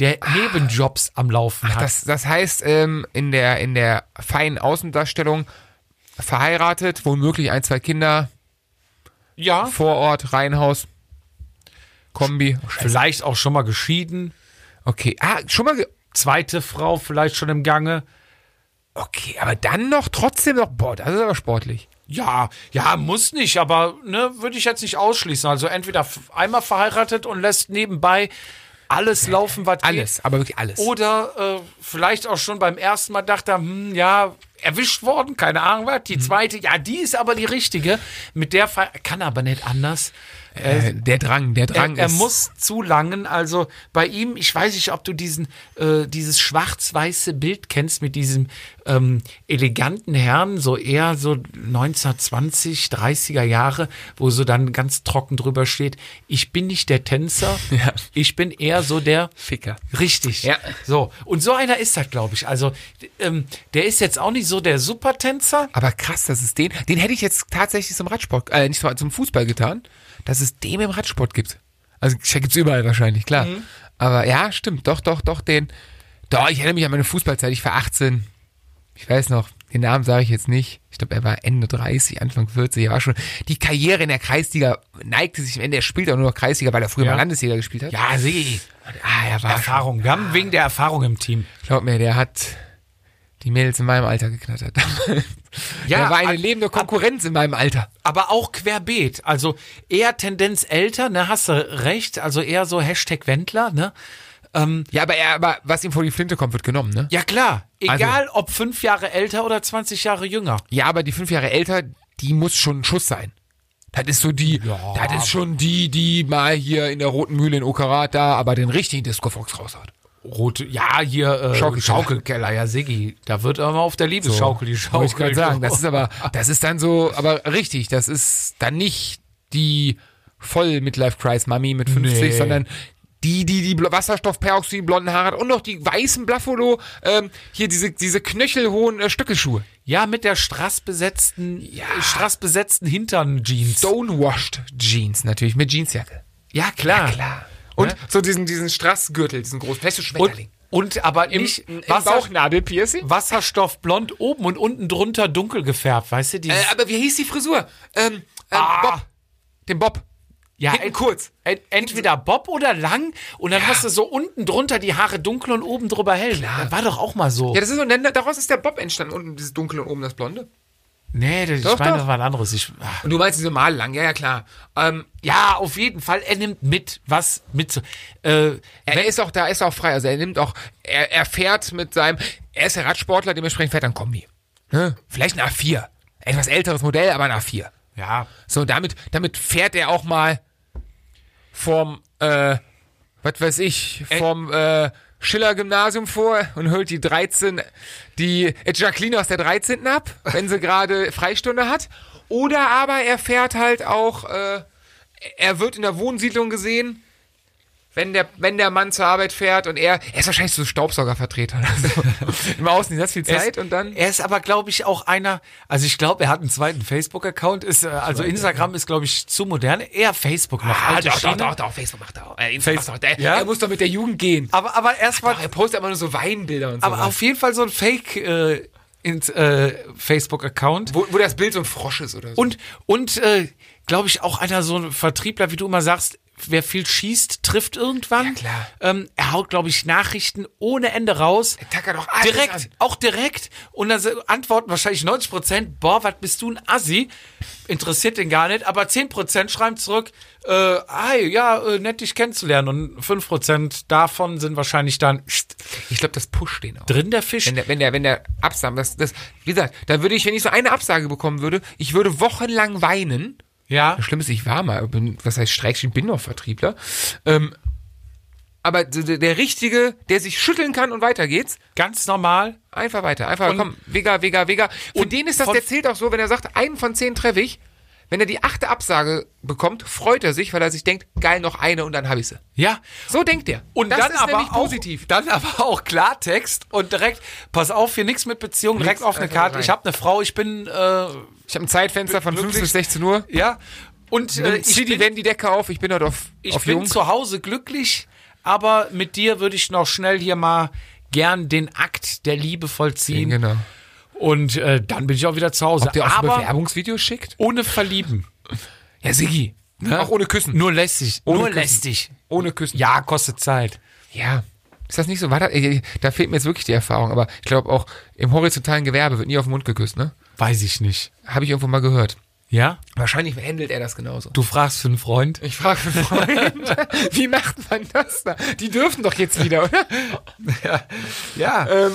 Der Nebenjobs am Laufen
Ah. Ach,
hat.
das, das heißt, ähm, in, der, in der feinen Außendarstellung verheiratet, womöglich ein, zwei Kinder,
ja.
Vorort, Reihenhaus, Kombi.
Vielleicht auch schon mal geschieden.
Okay, ah, schon mal. ge-
Zweite Frau vielleicht schon im Gange.
Okay, aber dann noch trotzdem noch, boah, das ist aber sportlich.
Ja, ja, muss nicht, aber ne, würde ich jetzt nicht ausschließen. Also entweder f- einmal verheiratet und lässt nebenbei alles laufen, was
Alles, aber wirklich alles.
geht. Oder äh, vielleicht auch schon beim ersten Mal dachte er, hm, ja, erwischt worden, keine Ahnung was. Die zweite, ja, die ist aber die richtige. Mit der Ver kann aber nicht anders.
äh, der Drang, der Drang
er, er
ist.
muss zu langen. Also bei ihm, ich weiß nicht, ob du diesen äh, dieses schwarz-weiße Bild kennst mit diesem ähm, eleganten Herrn, so eher so 1920, 30er Jahre, wo so dann ganz trocken drüber steht, ich bin nicht der Tänzer,
Ja.
ich bin eher so der
Ficker.
Richtig.
Ja.
So. Und so einer ist das, glaube ich. Also, d- ähm, der ist jetzt auch nicht so der Supertänzer.
Aber krass, dass es den, den hätte ich jetzt tatsächlich zum Radsport, äh, nicht zum, zum Fußball getan, dass es den im Radsport gibt. Also gibt es überall wahrscheinlich, klar. Aber ja, stimmt, doch, doch, doch, den. Doch, ich erinnere mich an meine Fußballzeit, ich war 18. Ich weiß noch, den Namen sage ich jetzt nicht. Ich glaube, er war Ende 30, Anfang 40, er war schon. Die Karriere in der Kreisliga neigte sich am Ende, er spielt auch nur noch Kreisliga, weil er früher
Ja.
mal Landesliga gespielt hat.
Ja, sie.
ah, er war schon,
Erfahrung. Wir haben wegen der Erfahrung im Team.
glaub mir, der hat die Mädels in meinem Alter geknattert.
Ja,
Ja, der war eine
ab-
lebende
ab-
Konkurrenz in meinem Alter.
aber auch querbeet. Also eher Tendenz älter, ne, hast du recht. Also eher so Hashtag Wendler, ne?
Ja, aber, er, aber was ihm vor die Flinte kommt, wird genommen, ne?
Ja klar, egal
Also-
ob fünf Jahre älter oder 20 Jahre jünger.
Ja, aber die fünf Jahre älter, die muss schon ein Schuss sein. Das ist so die,
Ja.
das ist schon die, die mal hier in der Roten Mühle in Okarat da, aber den richtigen Disco Fox raushaut.
Rote, ja, hier äh,
Schaukelkeller.
Schaukelkeller, ja, Siggi. Da wird aber auf der Liebesschaukel die Schaukel.
Wollte ich gerade sagen. Das ist aber, das ist dann so, aber richtig, das ist dann nicht die voll Midlife Crisis Mami mit 50,
Nee.
sondern die, die die Bl- Wasserstoffperoxid, blonden Haare hat und noch die weißen Blaffolo, ähm, hier diese, diese knöchelhohen äh, Stöckelschuhe.
ja, mit der strassbesetzten, ja. strassbesetzten Hintern-Jeans.
Stonewashed Jeans natürlich mit Jeansjacke.
Ja, klar.
Klar. Ne? Und so diesen, diesen Strassgürtel, diesen großen, vielleicht so
Und,
Schmetterling.
und aber nicht Wasser,
Bauchnabelpiercing?
Wasserstoffblond oben und unten drunter dunkel gefärbt, weißt du?
Äh,
Dieses,
aber wie hieß die Frisur? Ähm, ähm, Bob. Den Bob.
ja,
Hinten
ent-
kurz.
ent- entweder Bob oder lang und dann hast du so unten drunter die Haare dunkel und oben drüber hell. Das war doch auch mal so.
Ja, das ist so, und dann- daraus ist der Bob entstanden. Unten dieses Dunkle und oben das Blonde.
nee, das,
Doch,
ich meine,
doch.
das war ein anderes. Ich, ach.
Und du meinst diese Mal lang, ja, ja, klar. Ähm,
ja, auf jeden Fall. Er nimmt mit, was mit. zu- Äh,
er ist auch da, er ist auch frei. Also er nimmt auch, er, er fährt mit seinem, er ist ja Radsportler, dementsprechend fährt er ein Kombi. Ne? Vielleicht ein A4. Etwas älteres Modell, aber ein A4.
ja,
So, damit, damit fährt er auch mal vom, äh, was weiß ich, vom äh, Schiller-Gymnasium vor und holt die 13, die Jacqueline aus der 13. ab, wenn sie gerade Freistunde hat. Oder aber er fährt halt auch, äh, er wird in der Wohnsiedlung gesehen, wenn der, wenn der Mann zur Arbeit fährt und er, er ist wahrscheinlich so Staubsaugervertreter. Also, Im Außendienst hat viel
Er ist-
Zeit und dann.
Er ist aber, glaube ich, auch einer. Also ich glaube, er hat einen zweiten Facebook-Account. Ist äh, also Instagram ist, glaube ich, zu modern. Eher Facebook noch.
Ah,
alte
doch, doch,
Schiene.
doch, doch, Facebook macht er auch. Äh, Insta
Facebook-
macht er, auch. Der-
Ja?
er muss doch mit der Jugend gehen.
Aber aber erstmal
Doch, er postet immer nur so Weinbilder und so.
Aber auf jeden Fall so ein Fake äh, ins, äh, Facebook-Account.
wo, wo das Bild so ein Frosch ist oder so.
Und, und äh, glaube ich, auch einer so ein Vertriebler, wie du immer sagst, wer viel schießt, trifft irgendwann.
Ja, klar.
Ähm, er haut, glaube ich, Nachrichten ohne Ende raus.
tackert auch alles
Direkt,
an.
auch direkt. Und dann se- antworten wahrscheinlich 90 Prozent, boah, was bist du ein Assi? Interessiert den gar nicht. Aber 10 Prozent schreiben zurück, äh, hi, ja, äh, nett dich kennenzulernen. Und 5 Prozent davon sind wahrscheinlich dann
ich glaube, das pusht den auch.
drin der Fisch.
Wenn der, wenn der, wenn der Absagen, das, das, wie gesagt, da würde ich, wenn ich so eine Absage bekommen würde, ich würde wochenlang weinen.
ja.
Das Schlimme ist, ich war mal, bin, was heißt Streik, ich bin noch Vertriebler. Ähm, aber d- d- der Richtige, der sich schütteln kann und weiter geht's,
Ganz normal.
Einfach weiter, einfach, komm, Vega, Vega, Vega. Für
und
den ist das,
von-
der zählt auch so, wenn er sagt, einen von zehn treffe ich. Wenn er die achte Absage bekommt, freut er sich, weil er sich denkt, geil, noch eine und dann habe ich sie.
Ja.
So denkt er.
Und
das
dann
ist
aber
nämlich
auch,
positiv.
Dann aber auch Klartext und direkt, pass auf, hier nichts mit Beziehung, direkt auf eine
einfach
Karte.
also rein.
Ich habe eine Frau, ich bin, äh,
Ich habe ein Zeitfenster von
Wirklich?
15 bis 16 Uhr.
ja. Und äh,
Nimm,
ich
zieh die
bin,
Wendy Decke auf, ich bin dort auf,
ich
auf
bin
Jung.
zu Hause glücklich, aber mit dir würde ich noch schnell hier mal gern den Akt der Liebe vollziehen.
Genau.
Und äh, dann bin ich auch wieder zu Hause.
Ob der auch so
aber
Bewerbungsvideo schickt?
ohne Verlieben. ne?
Ja, Siggi. Auch ohne Küssen.
Nur lästig.
Ohne
nur
Küssen.
lästig.
Ohne Küssen.
Ja, kostet Zeit.
Ja. Ist das nicht so? War das, äh, da fehlt mir jetzt wirklich die Erfahrung, aber ich glaube auch im horizontalen Gewerbe wird nie auf den Mund geküsst, ne?
Weiß ich nicht.
Habe ich irgendwo mal gehört.
Ja?
Wahrscheinlich handelt er das genauso.
Du fragst für einen Freund.
Ich frage einen Freund, wie macht man das da? Die dürfen doch jetzt wieder, oder?
Ja.
Ähm,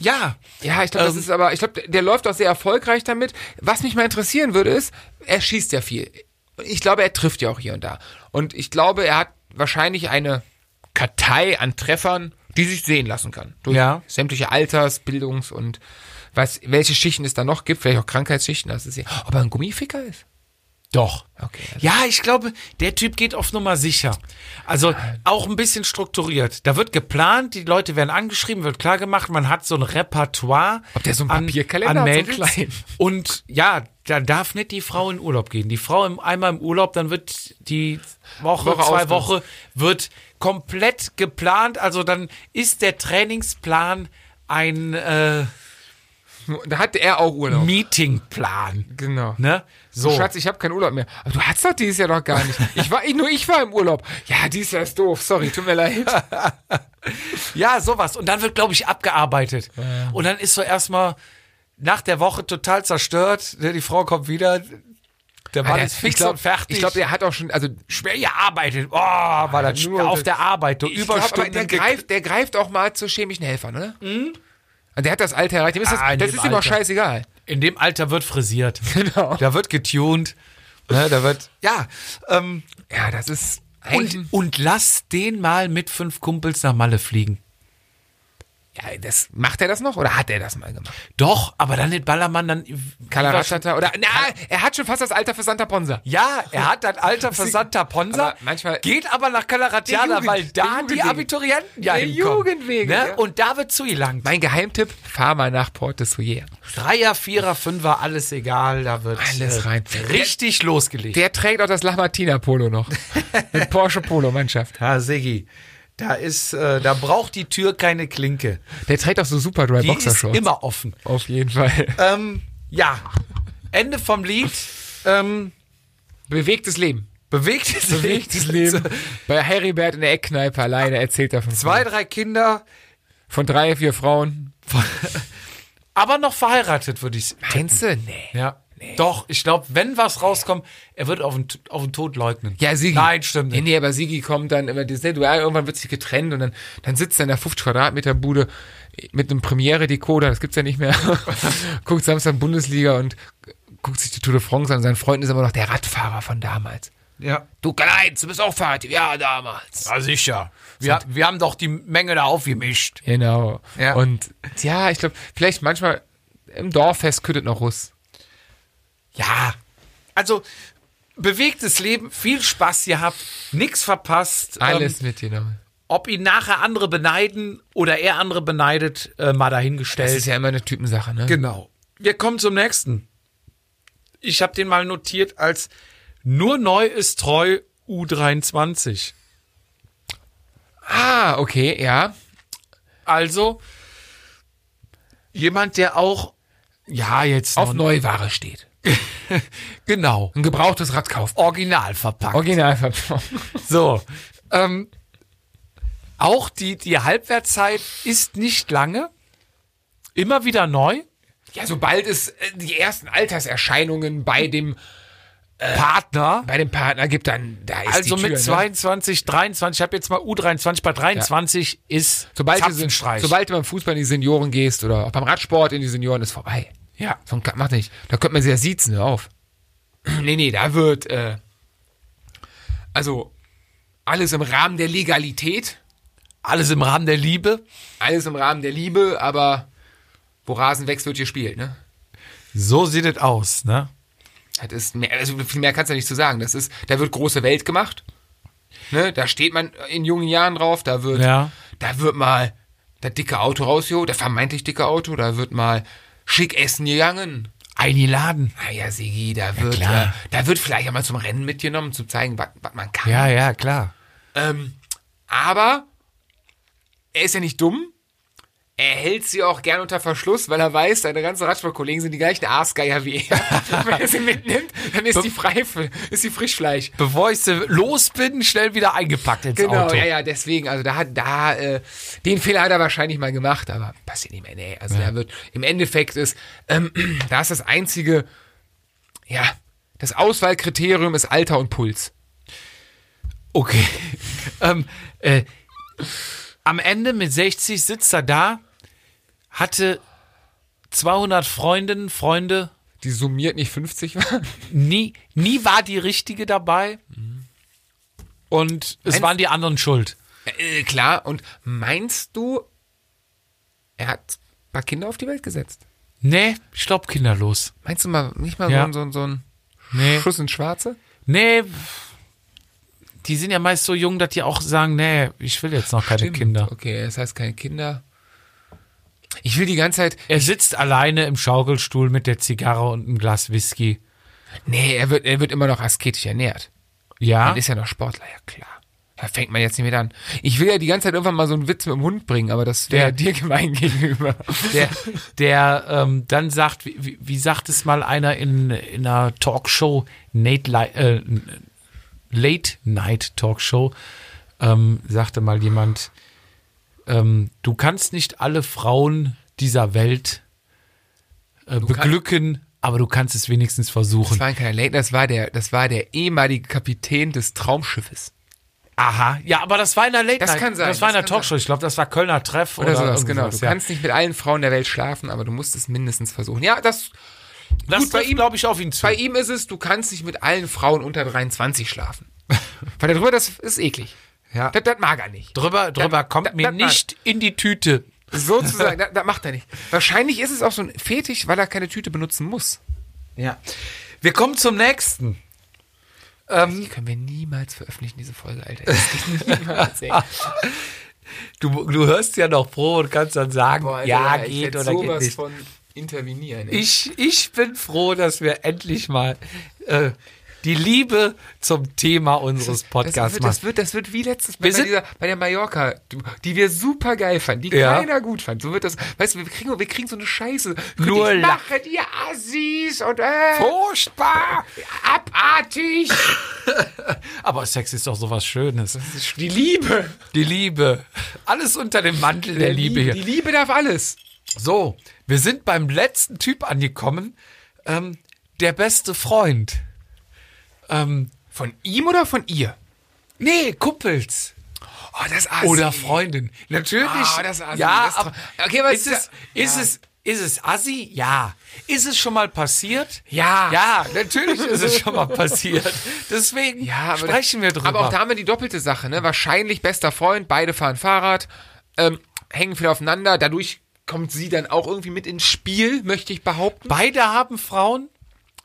ja.
Ja, ich glaube, das
Ähm,
ist aber, ich glaube, der läuft auch sehr erfolgreich damit. Was mich mal interessieren würde, ist, er schießt ja viel. Ich glaube, er trifft ja auch hier und da. Und ich glaube, er hat wahrscheinlich eine Kartei an Treffern, die sich sehen lassen kann. Durch
Ja.
sämtliche Alters-, Bildungs- und was, welche Schichten es da noch gibt, vielleicht auch Krankheitsschichten, das ist ja. Ob er ein Gummificker ist?
Doch.
Okay.
also. Ja, ich glaube, der Typ geht auf Nummer sicher. Also auch ein bisschen strukturiert. Da wird geplant, die Leute werden angeschrieben, wird klar gemacht, man hat so ein Repertoire.
Ob der so einen
an,
Papierkalender
an
hat, so einen
Mädels.
kleinen?
Und ja, da darf nicht die Frau in Urlaub gehen. Die Frau im, einmal im Urlaub, dann wird die Woche,
Woche
zwei
ausgenutzt.
Wochen wird komplett geplant. Also dann ist der Trainingsplan ein äh,
Da hatte er auch Urlaub.
Meetingplan.
Genau.
Ne? So.
Schatz, ich habe keinen Urlaub mehr. Aber du hast doch dieses Jahr doch gar nicht. Ich war, ich, nur ich war im Urlaub. Ja, dieses Jahr ist doof. Sorry, tut mir leid.
Ja, sowas. Und dann wird, glaube ich, abgearbeitet. Und dann ist so erstmal nach der Woche total zerstört. ne, Die Frau kommt wieder. Der Mann
Alter,
ist fix
ich Ah, glaub,
und fertig.
Ich glaube, er hat auch schon, also
schwer gearbeitet. Oh, war das
Ja, nur
schwer auf
das-
der Arbeit. Du
ich glaub, aber
Überstunden.
der
gek-
greift, der greift auch mal zu chemischen Helfern, oder? Mhm. Der hat das Alter erreicht. Dem ist das
Ah, in
das
dem
ist ihm auch
Alter.
scheißegal.
In dem Alter wird frisiert.
Genau.
Da wird getuned. Ne, da wird, ja. Ähm,
Ja, das ist eigentlich.
und, und lass den mal mit fünf Kumpels nach Malle fliegen.
ja, das, macht er das noch oder hat er das mal gemacht?
Doch, aber dann den Ballermann, dann.
Kalaratata oder. Na, er hat schon fast das Alter für Santa Ponsa.
Ja, er hat das Alter für Santa Ponsa,
aber manchmal-
geht aber nach
Der
Calaratiada,
Jugend-
weil
der
da die
Jugendwege.
Abiturienten ja
Der
hinkommen. ne?
Jugendwege, ja.
Und da wird zugelangt.
Mein Geheimtipp: fahr mal nach Port de Souillère.
Dreier, Vierer, Fünfer, alles egal, da wird äh,
Alles rein.
richtig losgelegt.
Der trägt auch das Lamartina Polo noch. Mit Porsche Polo Mannschaft.
Ja, Sigi, da ist, äh, da braucht die Tür keine Klinke.
Der trägt auch so super Dry
Die ist
Boxershorts.
immer offen.
Auf jeden Fall.
Ähm, ja, Ende vom Lied. Ähm,
Bewegtes Leben.
bewegtes,
Bewegtes Leben. Bei Heribert in der Eckkneipe alleine erzählt er von,
Zwei, drei Kinder,
von drei, vier Frauen.
aber noch verheiratet, würde ich
Meinst du? Nee.
Ja. Doch, ich glaube, wenn was rauskommt, er wird auf den, T- auf den Tod leugnen.
Ja, Sigi.
Nein, stimmt
Nee,
nicht.
nee, aber Sigi kommt dann immer dieses, ne, du, ja, irgendwann wird sich getrennt und dann, dann sitzt er in der 50 Quadratmeter Bude mit einem Premiere-Decoder, das gibt's ja nicht mehr, guckt Samstag Bundesliga und guckt sich die Tour de France an. Sein Freund ist immer noch der Radfahrer von damals.
Ja.
Du Karl-Heinz, du bist auch Fahrradtyp. Ja, damals.
ja, sicher. Wir, wir haben doch die Menge da aufgemischt.
Genau.
Ja.
Und ja, ich glaube, vielleicht manchmal im Dorffest küttet noch Russ.
Ja. Also, bewegtes Leben, viel Spaß gehabt, nichts verpasst.
Alles
Ähm,
mitgenommen.
ob ihn nachher andere beneiden oder er andere beneidet, äh, mal dahingestellt.
Das ist ja immer eine Typensache, ne?
Genau. Wir kommen zum nächsten. Ich habe den mal notiert als nur neu ist treu U23.
Ah, okay, ja.
Also jemand, der auch ja jetzt
Auf
noch,
Neuware steht.
genau
Ein gebrauchtes Rad kaufen.
original verpackt.
Originalverpackung.
so, ähm, auch die die Halbwertszeit ist nicht lange, immer wieder neu.
Ja, sobald es äh, die ersten Alterserscheinungen bei dem,
Partner,
bei dem Partner gibt, dann da ist
also
Äh, die Tür,
mit
Ne?
22, 23, ich habe jetzt mal U23, bei 23 ist
Sobald du, sind,
Zapfenstreich.
sobald du beim Fußball in die Senioren gehst oder auch beim Radsport in die Senioren, ist vorbei.
ja.
So ein Ka- macht nicht. Da könnte man sie ja siezen, hör auf. Nee, nee, da wird, äh, also alles im Rahmen der Legalität,
Alles im Rahmen der Liebe.
alles im Rahmen der Liebe, aber wo Rasen wächst, wird gespielt, ne?
So sieht es aus, ne?
Das ist mehr, also viel mehr kannst du ja nicht zu sagen. Das ist, da wird große Welt gemacht. Ne? Da steht man in jungen Jahren drauf, da wird,
Ja.
da wird mal das dicke Auto rausgeholt, das vermeintlich dicke Auto, da wird mal schick essen gegangen.
Heini Laden.
Ah ja, Sigi, da wird,
klar.
äh, da wird vielleicht einmal zum Rennen mitgenommen, um zu zeigen, was, was man kann.
Ja, ja, klar.
Ähm, aber er ist ja nicht dumm. Er hält sie auch gern unter Verschluss, weil er weiß, seine ganzen Radsportkollegen sind die gleichen Aasgeier wie er. Wenn er sie mitnimmt, dann ist die, frei, ist die Frischfleisch.
Bevor ich sie los bin, schnell wieder eingepackt ins
Genau,
Auto.
ja, ja, deswegen, also da hat, da, äh, den Fehler hat er wahrscheinlich mal gemacht, aber passiert nicht mehr, nee, also da wird, im Endeffekt ist, ähm, da ist das einzige, ja, das Auswahlkriterium ist Alter und Puls.
Okay. ähm, äh, am Ende mit 60 sitzt er da, hatte 200 Freundinnen, Freunde,
Die summiert nicht 50 waren.
nie, nie war die richtige dabei. Und es
Eins-
waren die anderen schuld.
Äh, klar, und meinst du, er hat ein paar Kinder auf die Welt gesetzt?
Nee, ich glaub kinderlos.
Meinst du mal, nicht mal
Ja.
so, ein- so, ein- so
Nee.
ein Schuss ins Schwarze?
Nee, die sind ja meist so jung, dass die auch sagen, nee, ich will jetzt noch keine
Stimmt.
Kinder.
Okay, das heißt keine Kinder. Ich will die ganze Zeit,
Er sitzt alleine im Schaukelstuhl mit der Zigarre und einem Glas Whisky.
Nee, er wird, er wird immer noch asketisch ernährt.
Ja,
Und ist ja noch Sportler, ja klar. Da fängt man jetzt nicht mit an. Ich will ja die ganze Zeit irgendwann mal so einen Witz mit dem Hund bringen, aber das wäre
Ja.
ja. dir gemein gegenüber.
der, der ähm, dann sagt, wie, wie- wie sagt es mal einer in, in einer Talkshow, Nate Li äh, Late Night Talkshow, ähm, sagte mal jemand, ähm, du kannst nicht alle Frauen dieser Welt äh, beglücken, aber du kannst es wenigstens
Das
versuchen.
war kein Late, das war der, das war der ehemalige Kapitän des Traumschiffes.
Aha, ja, aber das war in der Late
Das
Night.
kann sein,
Das war in
das
der
kann
Talkshow. Ich glaube, das war Kölner Treff oder,
Oder, sowas,
irgendwie
genau.
sowas,
Du
ja.
kannst nicht mit allen Frauen der Welt schlafen, aber du musst es mindestens versuchen. Ja, das,
Das
Gut, bei
trifft,
ihm-
glaube ich, auf ihn zu.
bei ihm ist es, du kannst nicht mit allen Frauen unter 23 schlafen. Weil darüber, das ist eklig.
Ja.
Das, das mag er nicht.
Drüber, drüber
Da-
kommt
da-
mir
da- da-
nicht in die Tüte.
Sozusagen, das, das macht er nicht. Wahrscheinlich ist es auch so ein Fetisch, weil er keine Tüte benutzen muss.
Ja. Wir kommen zum nächsten. Ähm,
Die können wir niemals veröffentlichen, diese Folge, Alter. Das geht niemals, ey.
du, du hörst ja noch pro und kannst dann sagen,
Boah, Alter,
ja,
ich
geht
werd
oder
sowas
geht nicht.
von intervenieren. Ey.
Ich, ich bin froh, dass wir endlich mal äh, die Liebe zum Thema unseres
das,
Podcasts
wird,
machen.
das, wird, das wird wie
Wir
letztes Mal bei,
sind-
dieser, bei der Mallorca, die wir super geil fanden, die
Ja.
keiner gut fand. So wird das, weißt du, wir kriegen, wir kriegen so eine Scheiße.
Nur
ich
Lack.
mache dir Assis und äh,
Furchtbar!
abartig.
Aber Sex ist doch sowas Schönes.
Die Liebe. Äh,
Die Liebe. Alles unter dem Mantel der, Liebe hier.
Die Liebe darf alles.
So, wir sind beim letzten Typ angekommen. Ähm, der beste Freund. Ähm,
Von ihm oder von ihr?
nee, Kumpels.
Oh, das ist Assi.
Oder Freundin. Natürlich.
Ah, das ist assi,
ja,
das ist
aber
tra- Okay, aber
ist,
es
es,
ist
ist, es, ist es assi? Ja. Ist es schon mal passiert?
Ja.
Ja, natürlich ist es schon mal passiert. Deswegen
Ja, aber
sprechen wir drüber.
Aber auch da haben wir die doppelte Sache, ne? Wahrscheinlich bester Freund, beide fahren Fahrrad, ähm, hängen viel aufeinander, dadurch kommt sie dann auch irgendwie mit ins Spiel, möchte ich behaupten.
beide haben Frauen?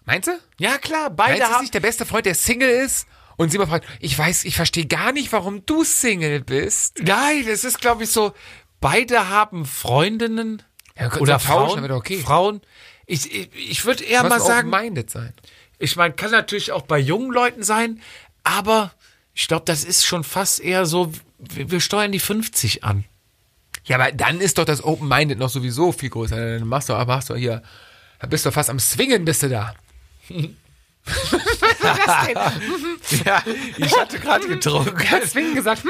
Meinst du?
Ja, klar, beide
Meinst du, ist
haben.
nicht der beste Freund, der Single ist? Und sie immer fragt, ich weiß, ich verstehe gar nicht, warum du Single bist.
Nein, es ist, glaube ich, so, beide haben Freundinnen
Ja, wir könnten
oder
es auch tauschen,
Frauen.
dann wäre doch okay.
Frauen. Ich, ich, ich würde eher
Du
mal
musst
sagen,
minded sein.
ich meine, kann natürlich auch bei jungen Leuten sein, aber ich glaube, das ist schon fast eher so, wir, wir steuern die 50 an.
Ja, aber dann ist doch das Open-Minded noch sowieso viel größer. Dann machst du, aber machst du hier, dann bist du fast am Swingen, bist du da.
Ja, ich hatte gerade getrunken.
Swingen
hm,
gesagt.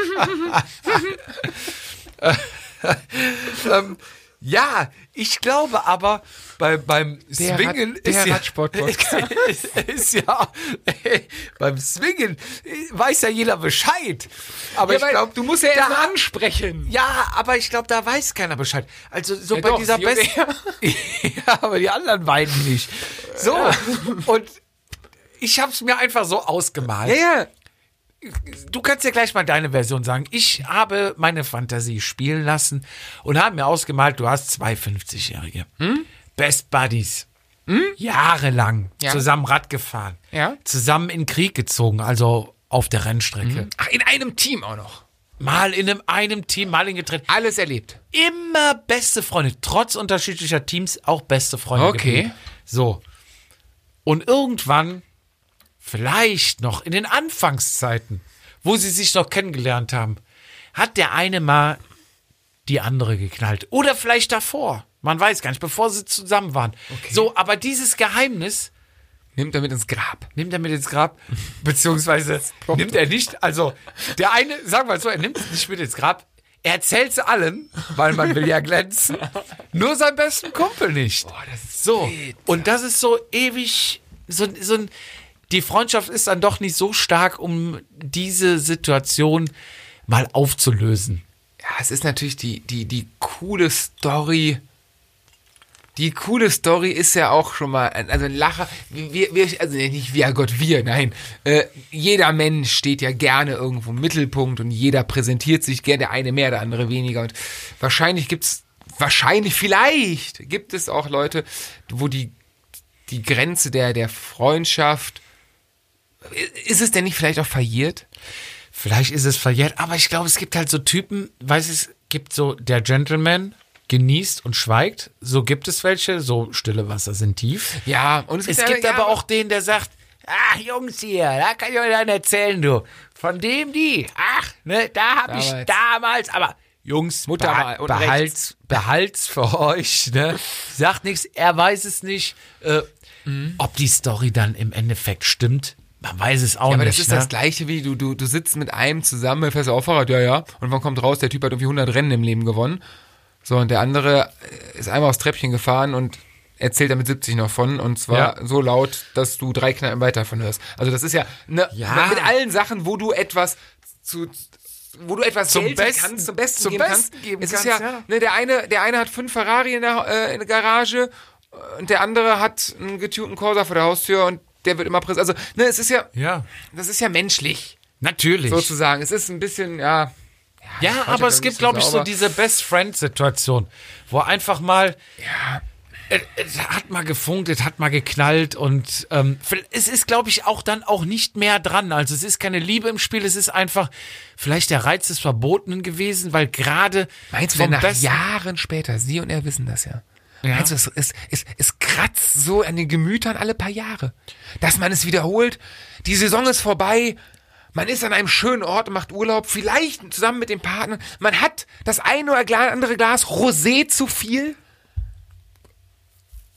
ähm, ja, ich glaube aber, bei, beim
Der
Swingen
Rad-
ist
der
ja,
Radsport-Podcast.
ist, ist ja beim Swingen äh, weiß ja jeder Bescheid. Aber
Ja,
ich
weil
glaube,
du musst ja
da,
erst mal ansprechen.
Ja, aber ich glaube, da weiß keiner Bescheid. Also so
Ja,
bei
doch,
dieser
sie und
besten. ja, aber die anderen beiden nicht. So und ich habe es mir einfach so ausgemalt.
Ja, ja.
Du kannst ja gleich mal deine Version sagen. Ich habe meine Fantasie spielen lassen und habe mir ausgemalt, du hast zwei 50-Jährige.
Hm?
Best Buddies. Jahrelang
Ja.
zusammen Rad gefahren.
Ja.
Zusammen in den Krieg gezogen, also auf der Rennstrecke.
Ach, in einem Team auch noch.
Mal in einem, einem Team, mal in getrennt.
Alles erlebt.
Immer beste Freunde, trotz unterschiedlicher Teams auch beste Freunde.
Okay.
geblieben. So. Und irgendwann, vielleicht noch in den Anfangszeiten, wo sie sich noch kennengelernt haben, hat der eine mal die andere geknallt. Oder vielleicht davor. Man weiß gar nicht, bevor sie zusammen waren. So, aber dieses Geheimnis
Nimmt er mit ins Grab.
nimmt er mit ins Grab, beziehungsweise nimmt er nicht, also der eine, sagen wir mal so, er nimmt es nicht mit ins Grab, er erzählt es allen, weil man will ja glänzen, nur seinem besten Kumpel nicht. so, und das ist so ewig, so, so ein, die Freundschaft ist dann doch nicht so stark, um diese Situation mal aufzulösen.
Ja, es ist natürlich die, die, die coole Story. Die coole Story ist ja auch schon mal, ein- also ein Lacher, wir, wir, also nee, nicht wir, Gott, wir, nein. Äh, jeder Mensch steht ja gerne irgendwo im Mittelpunkt und jeder präsentiert sich gerne, der eine mehr, der andere weniger. Und wahrscheinlich gibt's, wahrscheinlich, vielleicht gibt es auch Leute, wo die, die Grenze der, der Freundschaft, ist es denn nicht vielleicht auch verjährt?
Vielleicht ist es verjährt, aber ich glaube, es gibt halt so Typen, weiß es gibt so der Gentleman genießt und schweigt, so gibt es welche, so stille Wasser sind tief.
Ja, und es gibt,
Es
ja-
gibt
ja,
aber auch den, der sagt, ach Jungs hier, da kann ich euch dann erzählen, du. Von dem die, ach, ne, da habe ich
Damals.
damals, aber Jungs,
Mutter
beha-
war unten
behalt's, behalt's für euch, ne? Sagt nichts, er weiß es nicht. Äh,
Mhm.
Ob die Story dann im Endeffekt stimmt, man weiß es auch
Ja, aber
nicht.
das ist
ne?
das Gleiche wie du, du, du sitzt mit einem zusammen, fährst auf Fahrrad, ja, ja. Und wann kommt raus, der Typ hat irgendwie 100 Rennen im Leben gewonnen. So, und der andere äh, ist einmal aufs Treppchen gefahren und erzählt damit 70 noch von. Und zwar
Ja.
so laut, dass du drei Kneipen weiter von hörst. Also, das ist ja, ne,
Ja.
mit allen Sachen, wo du etwas zu, wo du etwas
Zum
gelten
Besten-
kannst, zum Besten
zum
geben
Besten
kannst.
geben
es ist
kannst,
ja,
ja.
Ne, der, eine, der eine hat fünf Ferrari in der, äh, in der Garage äh, und der andere hat einen getunten Corsa vor der Haustür und der wird immer präsent. Also, ne, es ist ja,
Ja,
das ist ja menschlich,
natürlich.
sozusagen. Es ist ein bisschen, ja.
Ja,
Freundschaft
aber
ist
es gibt,
nicht
glaube ich, so
sauber.
diese Best-Friend-Situation, wo einfach mal. Ja. Es hat mal gefunkt, es hat mal geknallt und ähm, vi- es ist, glaube ich, auch dann auch nicht mehr dran. Also es ist keine Liebe im Spiel, es ist einfach vielleicht der Reiz des Verbotenen gewesen, weil gerade
Meinst du
vom
denn nach
Besten-
Jahren später, sie und er wissen das ja.
Ja.
Meinst du, es, es, es, es kratzt so an den Gemütern alle paar Jahre, dass man es wiederholt. Die Saison ist vorbei. Man ist an einem schönen Ort und macht Urlaub, vielleicht zusammen mit dem Partner. Man hat das eine oder gla- andere Glas Rosé zu viel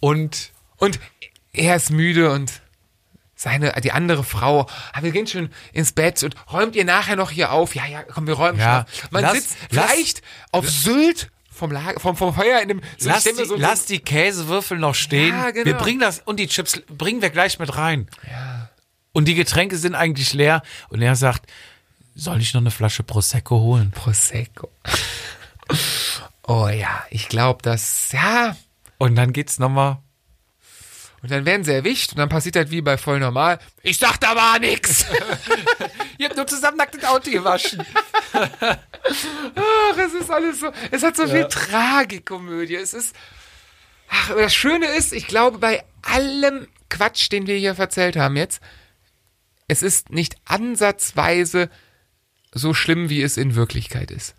und
und er ist müde und seine, die andere Frau, ah, wir gehen schon ins Bett und räumt ihr nachher noch hier auf. Ja, ja, komm, wir räumen
Ja.
schon. auf. Man
Lass-
sitzt
lass-
vielleicht auf Sylt vom, Lager, vom, vom Feuer in dem so, ich
lass,
stell
die,
mir so-
lass die Käsewürfel noch stehen.
Ja, genau.
Wir bringen das und die Chips bringen wir gleich mit rein. Und die Getränke sind eigentlich leer und er sagt, soll ich noch eine Flasche Prosecco holen?
Prosecco. Oh ja, ich glaube, das, ja.
Und dann geht's nochmal.
Und dann werden sie erwischt und dann passiert halt wie bei voll normal. Ich sag, da war nix.
Ihr habt nur zusammen nackt das Auto gewaschen.
Ach, es ist alles so, es hat so viel Tragikomödie. Es ist, ach, aber das Schöne ist, ich glaube, bei allem Quatsch, den wir hier verzählt haben jetzt, es ist nicht ansatzweise so schlimm, wie es in Wirklichkeit ist.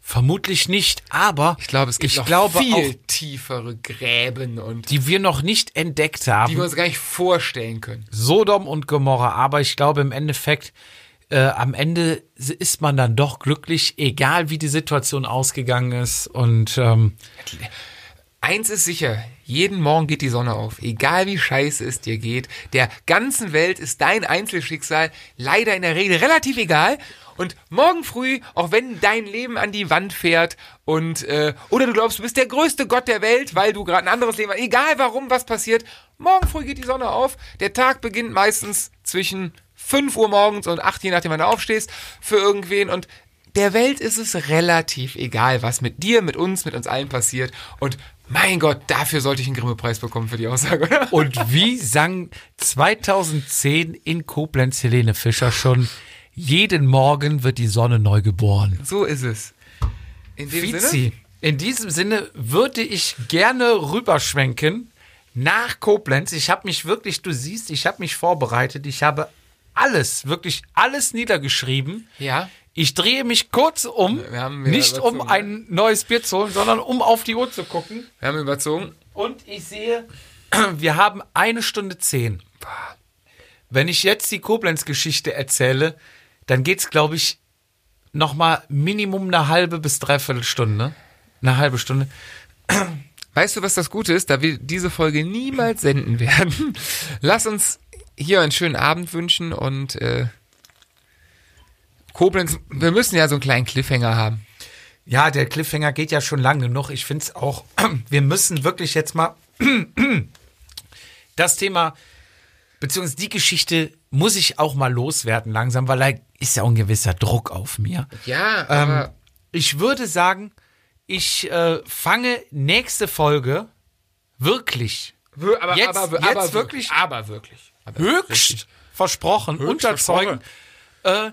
Vermutlich nicht, aber
Ich glaube, es gibt
ich
noch
glaube
viel
auch,
tiefere Gräben und die,
die wir noch nicht entdeckt haben.
wir uns gar nicht vorstellen können.
Sodom und Gomorra, aber ich glaube im Endeffekt, äh, am Ende si- ist man dann doch glücklich, egal wie die Situation ausgegangen ist. Und ähm,
Eins ist sicher, jeden Morgen geht die Sonne auf, egal wie scheiße es dir geht. Der ganzen Welt ist dein Einzelschicksal leider in der Regel relativ egal. Und morgen früh, auch wenn dein Leben an die Wand fährt und äh, oder du glaubst, du bist der größte Gott der Welt, weil du gerade ein anderes Leben hast, egal warum was passiert, morgen früh geht die Sonne auf. Der Tag beginnt meistens zwischen 5 Uhr morgens und 8, je nachdem wann du aufstehst, für irgendwen und der Welt ist es relativ egal, was mit dir, mit uns, mit uns allen passiert. Und mein Gott, dafür sollte ich einen Grimme-Preis bekommen für die Aussage, oder?
und wie sang 2010 in Koblenz Helene Fischer schon, jeden Morgen wird die Sonne neu geboren.
so ist es. In dem Sinne,
Vizi, in diesem Sinne würde ich gerne rüberschwenken nach Koblenz. Ich habe mich wirklich, du siehst, ich habe mich vorbereitet. Ich habe alles, wirklich alles niedergeschrieben.
Ja.
Ich drehe mich kurz um,
Wir haben wieder
nicht um
überzogen, ne?
ein neues Bier zu holen, sondern um auf die Uhr zu gucken.
wir haben überzogen.
Und ich sehe, Wir haben eine Stunde zehn. Wenn ich jetzt die Koblenz-Geschichte erzähle, dann geht's, glaube ich, noch mal Minimum eine halbe bis dreiviertel Stunde. Eine halbe Stunde.
Weißt du, was das Gute ist? Da wir diese Folge niemals senden werden, lass uns hier einen schönen Abend wünschen und äh, Koblenz, wir müssen ja so einen kleinen Cliffhanger haben.
Ja, der Cliffhanger geht ja schon lang genug. Ich finde es auch, wir müssen wirklich jetzt mal das Thema, beziehungsweise die Geschichte muss ich auch mal loswerden langsam, weil da ist ja auch ein gewisser Druck auf mir.
Ja,
Ähm, ich würde sagen, ich äh, fange nächste Folge wirklich
aber, aber,
jetzt-
aber,
jetzt
aber
wirklich-
aber wirklich. Aber
höchst
richtig.
versprochen,
Höchst
unterzeugen. Äh,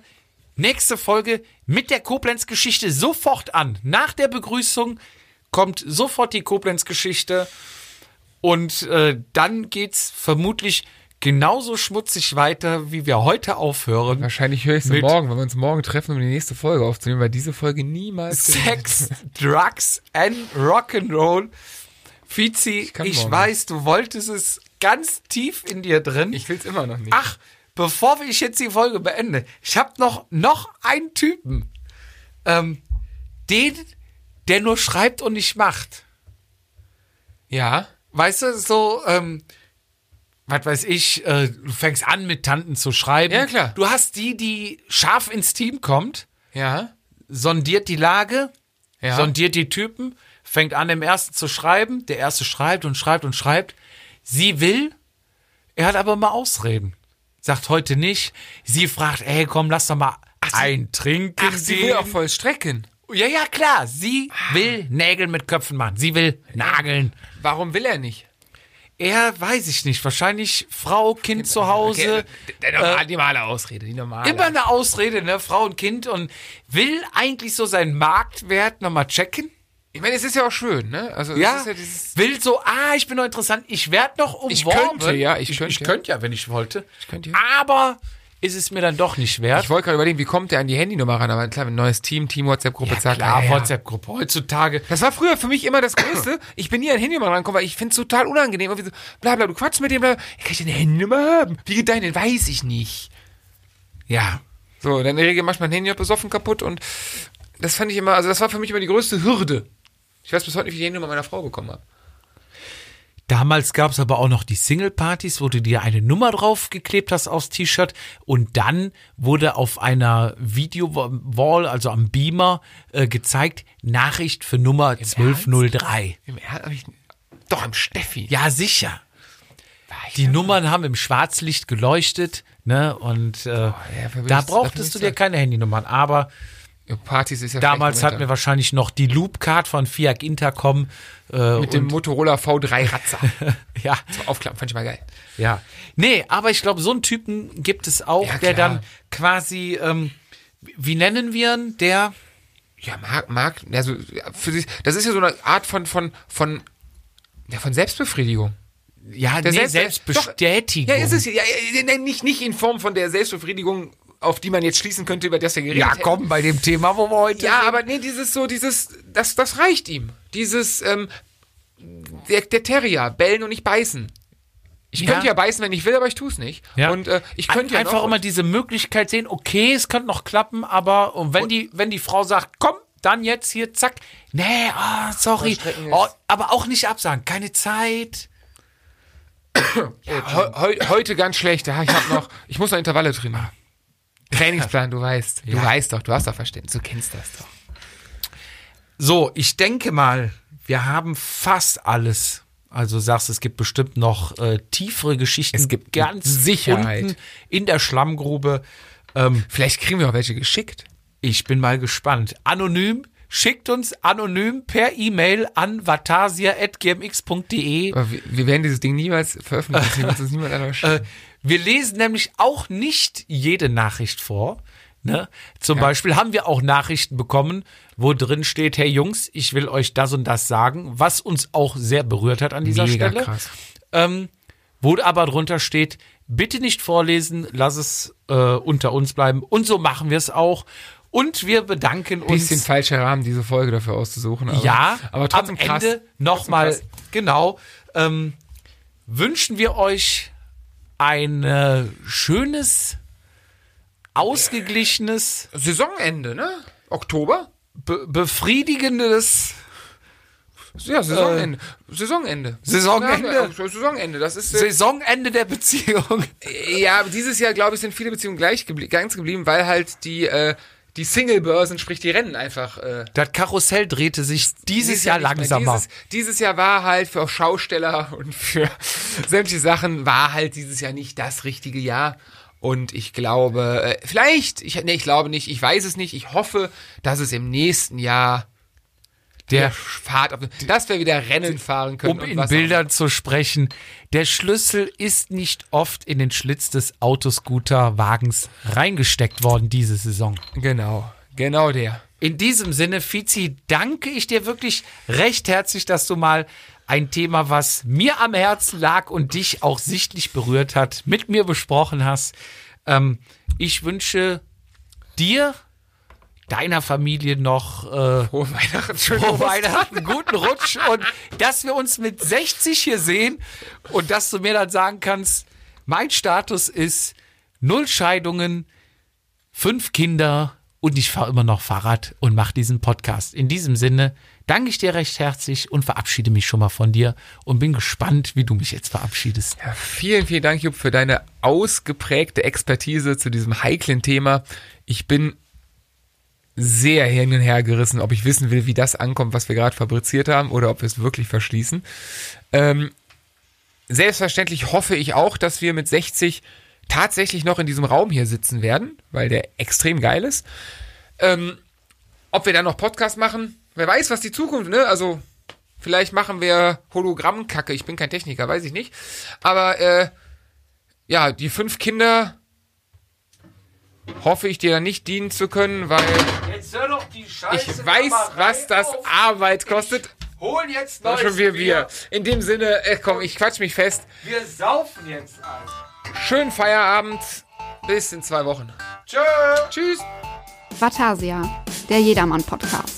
nächste Folge mit der Koblenz-Geschichte sofort an. Nach der Begrüßung kommt sofort die Koblenz-Geschichte und äh, dann geht's vermutlich genauso schmutzig weiter, wie wir heute aufhören.
Wahrscheinlich höre ich es
Mit-
morgen, wenn wir uns morgen treffen, um die nächste Folge aufzunehmen, weil diese Folge niemals.
Sex, Drugs and Rock'n'Roll. Fizi, ich,
kann morgen.
weiß, du wolltest es ganz tief in dir drin.
Ich will es immer noch nicht.
Ach, bevor ich jetzt die Folge beende, ich habe noch, noch einen Typen. Ähm, den, der nur schreibt und nicht macht.
Ja.
Weißt du, so, ähm, was weiß ich, äh, du fängst an mit Tanten zu schreiben.
Ja, klar.
Du hast die, die scharf ins Team kommt,
Ja.
sondiert die Lage,
Ja.
sondiert die Typen, fängt an, dem ersten zu schreiben. Der erste schreibt und schreibt und schreibt. Sie will, er hat aber mal Ausreden. Sagt heute nicht. Sie fragt, ey, komm, lass doch mal ein Trinken
Ach, sie will
gehen.
auch Ah. voll strecken.
Ja, ja, klar. Sie will Nägel mit Köpfen machen. Sie will nageln.
Warum will er nicht?
Er weiß ich nicht. Wahrscheinlich Frau, Kind zu Hause.
Äh, der normale, die normale Ausrede, die normale.
Immer eine Ausrede, ne? Frau und Kind und will eigentlich so seinen Marktwert nochmal checken.
Ich meine, es ist ja auch schön, ne? Also,
Ja,
es ist ja dieses.
will so, ah, ich bin noch interessant, ich werde noch umworben.
Ich könnte, ja, ich könnte,
Ich,
ja.
könnte ja, wenn ich wollte. Ich
könnte, ja.
Aber ist es mir dann doch nicht wert.
Ich wollte gerade überlegen, wie kommt der an die Handynummer ran? Aber klar, ein neues Team, Team-WhatsApp-Gruppe,
ja,
zack.
klar,
ah, ja.
WhatsApp-Gruppe heutzutage.
Das war früher für mich immer das Größte. Ich bin nie an die Handynummer rangekommen, weil ich finde es total unangenehm. Irgendwie so, bla, bla, du quatschst mit dem, bla, bla. Kann ich deine Handynummer haben? Wie geht deine? Weiß ich nicht.
Ja.
So, dann in der Regel macht mein Handy auch besoffen kaputt und das fand ich immer, also das war für mich immer die größte Hürde. Ich weiß bis heute nicht, wie ich die Handynummer meiner Frau bekommen habe.
Damals gab es aber auch noch die Single-Partys, wo du dir eine Nummer draufgeklebt hast aufs T-Shirt und dann wurde auf einer Video-Wall, also am Beamer, äh, gezeigt, Nachricht für Nummer 1203.
Im Ernst? Hab ich, doch, am Steffi.
Ja, sicher.
War ich
Die
da?
Nummern haben im Schwarzlicht geleuchtet, ne? Und äh,
Oh, für mich-
da
dafür
brauchtest
ist
du dir
das-
keine Handynummern. Aber
Ja, Partys ist ja
damals
schlecht
hatten wir wahrscheinlich noch die Loopcard von Fiat Intercom. Äh,
mit dem Motorola V3 Ratzer.
ja,
Zum Aufklappen fand ich mal geil.
ja. Nee, aber ich glaube, so einen Typen gibt es auch,
Ja,
der
klar.
dann quasi, ähm, wie nennen wir ihn? Der,
Ja, mag, mag, also ja, für sich, das ist ja so eine Art von, von, von, ja, von Selbstbefriedigung.
ja,
Der
nee,
Selbst-
Selbstbestätigung.
Doch, ja, ist es ja, ja, ja, nein, nicht, nicht in Form von der Selbstbefriedigung, auf die man jetzt schließen könnte, über das wir geredet
ja,
hätten.
komm, bei dem Thema, wo wir heute
Ja,
sind.
aber nee, dieses so, dieses, das, das reicht ihm. Dieses, ähm, der, der Terrier, bellen und nicht beißen. Ich
Ja.
könnte ja beißen, wenn ich will, aber ich tue es nicht.
Ja.
Und äh, ich könnte ja
einfach
noch,
immer diese Möglichkeit sehen, okay, es könnte noch klappen, aber und wenn, die, wenn die Frau sagt, komm, dann jetzt hier, zack, nee, ah, sorry,
Vollstrecken
oh,
ist-
aber auch nicht absagen, keine Zeit.
Ja, äh, heu, heu, heute ganz schlecht. Ja, ich hab noch, ich muss noch Intervalle
Ah.
trainieren. Trainingsplan, du weißt. Du weißt doch, du hast doch Verständnis. Du kennst das doch.
So, ich denke mal, wir haben fast alles. Also sagst, es gibt bestimmt noch äh, tiefere Geschichten.
Es gibt mit Sicherheit.
unten in der Schlammgrube.
Vielleicht kriegen wir auch welche geschickt.
Ich bin mal gespannt. Anonym, schickt uns anonym per E-Mail an vatasia.gmx.de.
Aber wir, wir werden dieses Ding niemals veröffentlichen. deswegen wird uns niemand einer
Äh,
schicken.
wir lesen nämlich auch nicht jede Nachricht vor. Ne? Zum Beispiel haben wir auch Nachrichten bekommen, wo drin steht, hey Jungs, ich will euch das und das sagen, was uns auch sehr berührt hat an dieser
Mega
Stelle.
krass.
Ähm, wo aber drunter steht, bitte nicht vorlesen, lass es äh, unter uns bleiben. Und so machen wir es auch. Und wir bedanken
Bisschen
uns.
falscher Rahmen, diese Folge dafür auszusuchen. Aber,
Ja,
aber trotzdem
am
krass.
Ende nochmal,
krass.
genau. Ähm, wünschen wir euch ein äh, schönes, ausgeglichenes,
Saisonende, ne? Oktober?
be befriedigendes.
Ja, Saisonende. Saisonende.
Saisonende?
Ja, Saisonende. Das ist. Äh,
Saisonende der Beziehung.
ja, aber dieses Jahr, glaube ich, sind viele Beziehungen gleich geblie ganz geblieben, weil halt die, äh, die Single-Börsen, sprich die Rennen einfach. Äh,
Das Karussell drehte sich dieses Jahr
nicht mehr.
langsamer.
Dieses, dieses Jahr war halt für Schausteller und für sämtliche Sachen war halt dieses Jahr nicht das richtige Jahr. Und ich glaube, äh, vielleicht, ich, nee, ich glaube nicht, ich weiß es nicht, ich hoffe, dass es im nächsten Jahr der
Ja.
Fahrt, auf, dass wir wieder Rennen fahren können.
um
und
in
was auch-
Bildern zu sprechen, der Schlüssel ist nicht oft in den Schlitz des Autoscooter-Wagens reingesteckt worden diese Saison.
Genau, genau der.
In diesem Sinne, Fizi, danke ich dir wirklich recht herzlich, dass du mal ein Thema, was mir am Herzen lag und dich auch sichtlich berührt hat, mit mir besprochen hast. Ähm, ich wünsche dir, deiner Familie noch äh,
Frohe Weihnachten, schöne
Frohe
Ostern.
Weihnachten, guten Rutsch und dass wir uns mit 60 hier sehen und dass du mir dann sagen kannst, mein Status ist null Scheidungen, fünf Kinder und ich fahre immer noch Fahrrad und mache diesen Podcast. In diesem Sinne danke ich dir recht herzlich und verabschiede mich schon mal von dir und bin gespannt, wie du mich jetzt verabschiedest.
Ja, vielen, vielen Dank, Jupp, für deine ausgeprägte Expertise zu diesem heiklen Thema. Ich bin sehr hin und her gerissen, ob ich wissen will, wie das ankommt, was wir gerade fabriziert haben, oder ob wir es wirklich verschließen. Ähm, selbstverständlich hoffe ich auch, dass wir mit 60 tatsächlich noch in diesem Raum hier sitzen werden, weil der extrem geil ist. Ähm, ob wir dann noch Podcast machen, wer weiß, was die Zukunft, ne? Also, vielleicht machen wir Hologrammkacke. Ich bin kein Techniker, weiß ich nicht. Aber, äh, ja, die fünf Kinder hoffe ich dir dann nicht dienen zu können, weil
Jetzt hör doch die Scheiße.
ich weiß, was das Arbeit kostet.
Hol jetzt
Da schon wir Bier. In dem Sinne, äh, komm, ich quatsch mich fest.
Wir saufen jetzt ein.
Schönen Feierabend. Bis in zwei Wochen.
Tschüss.
Tschüss.
Vatasia, der Jedermann-Podcast.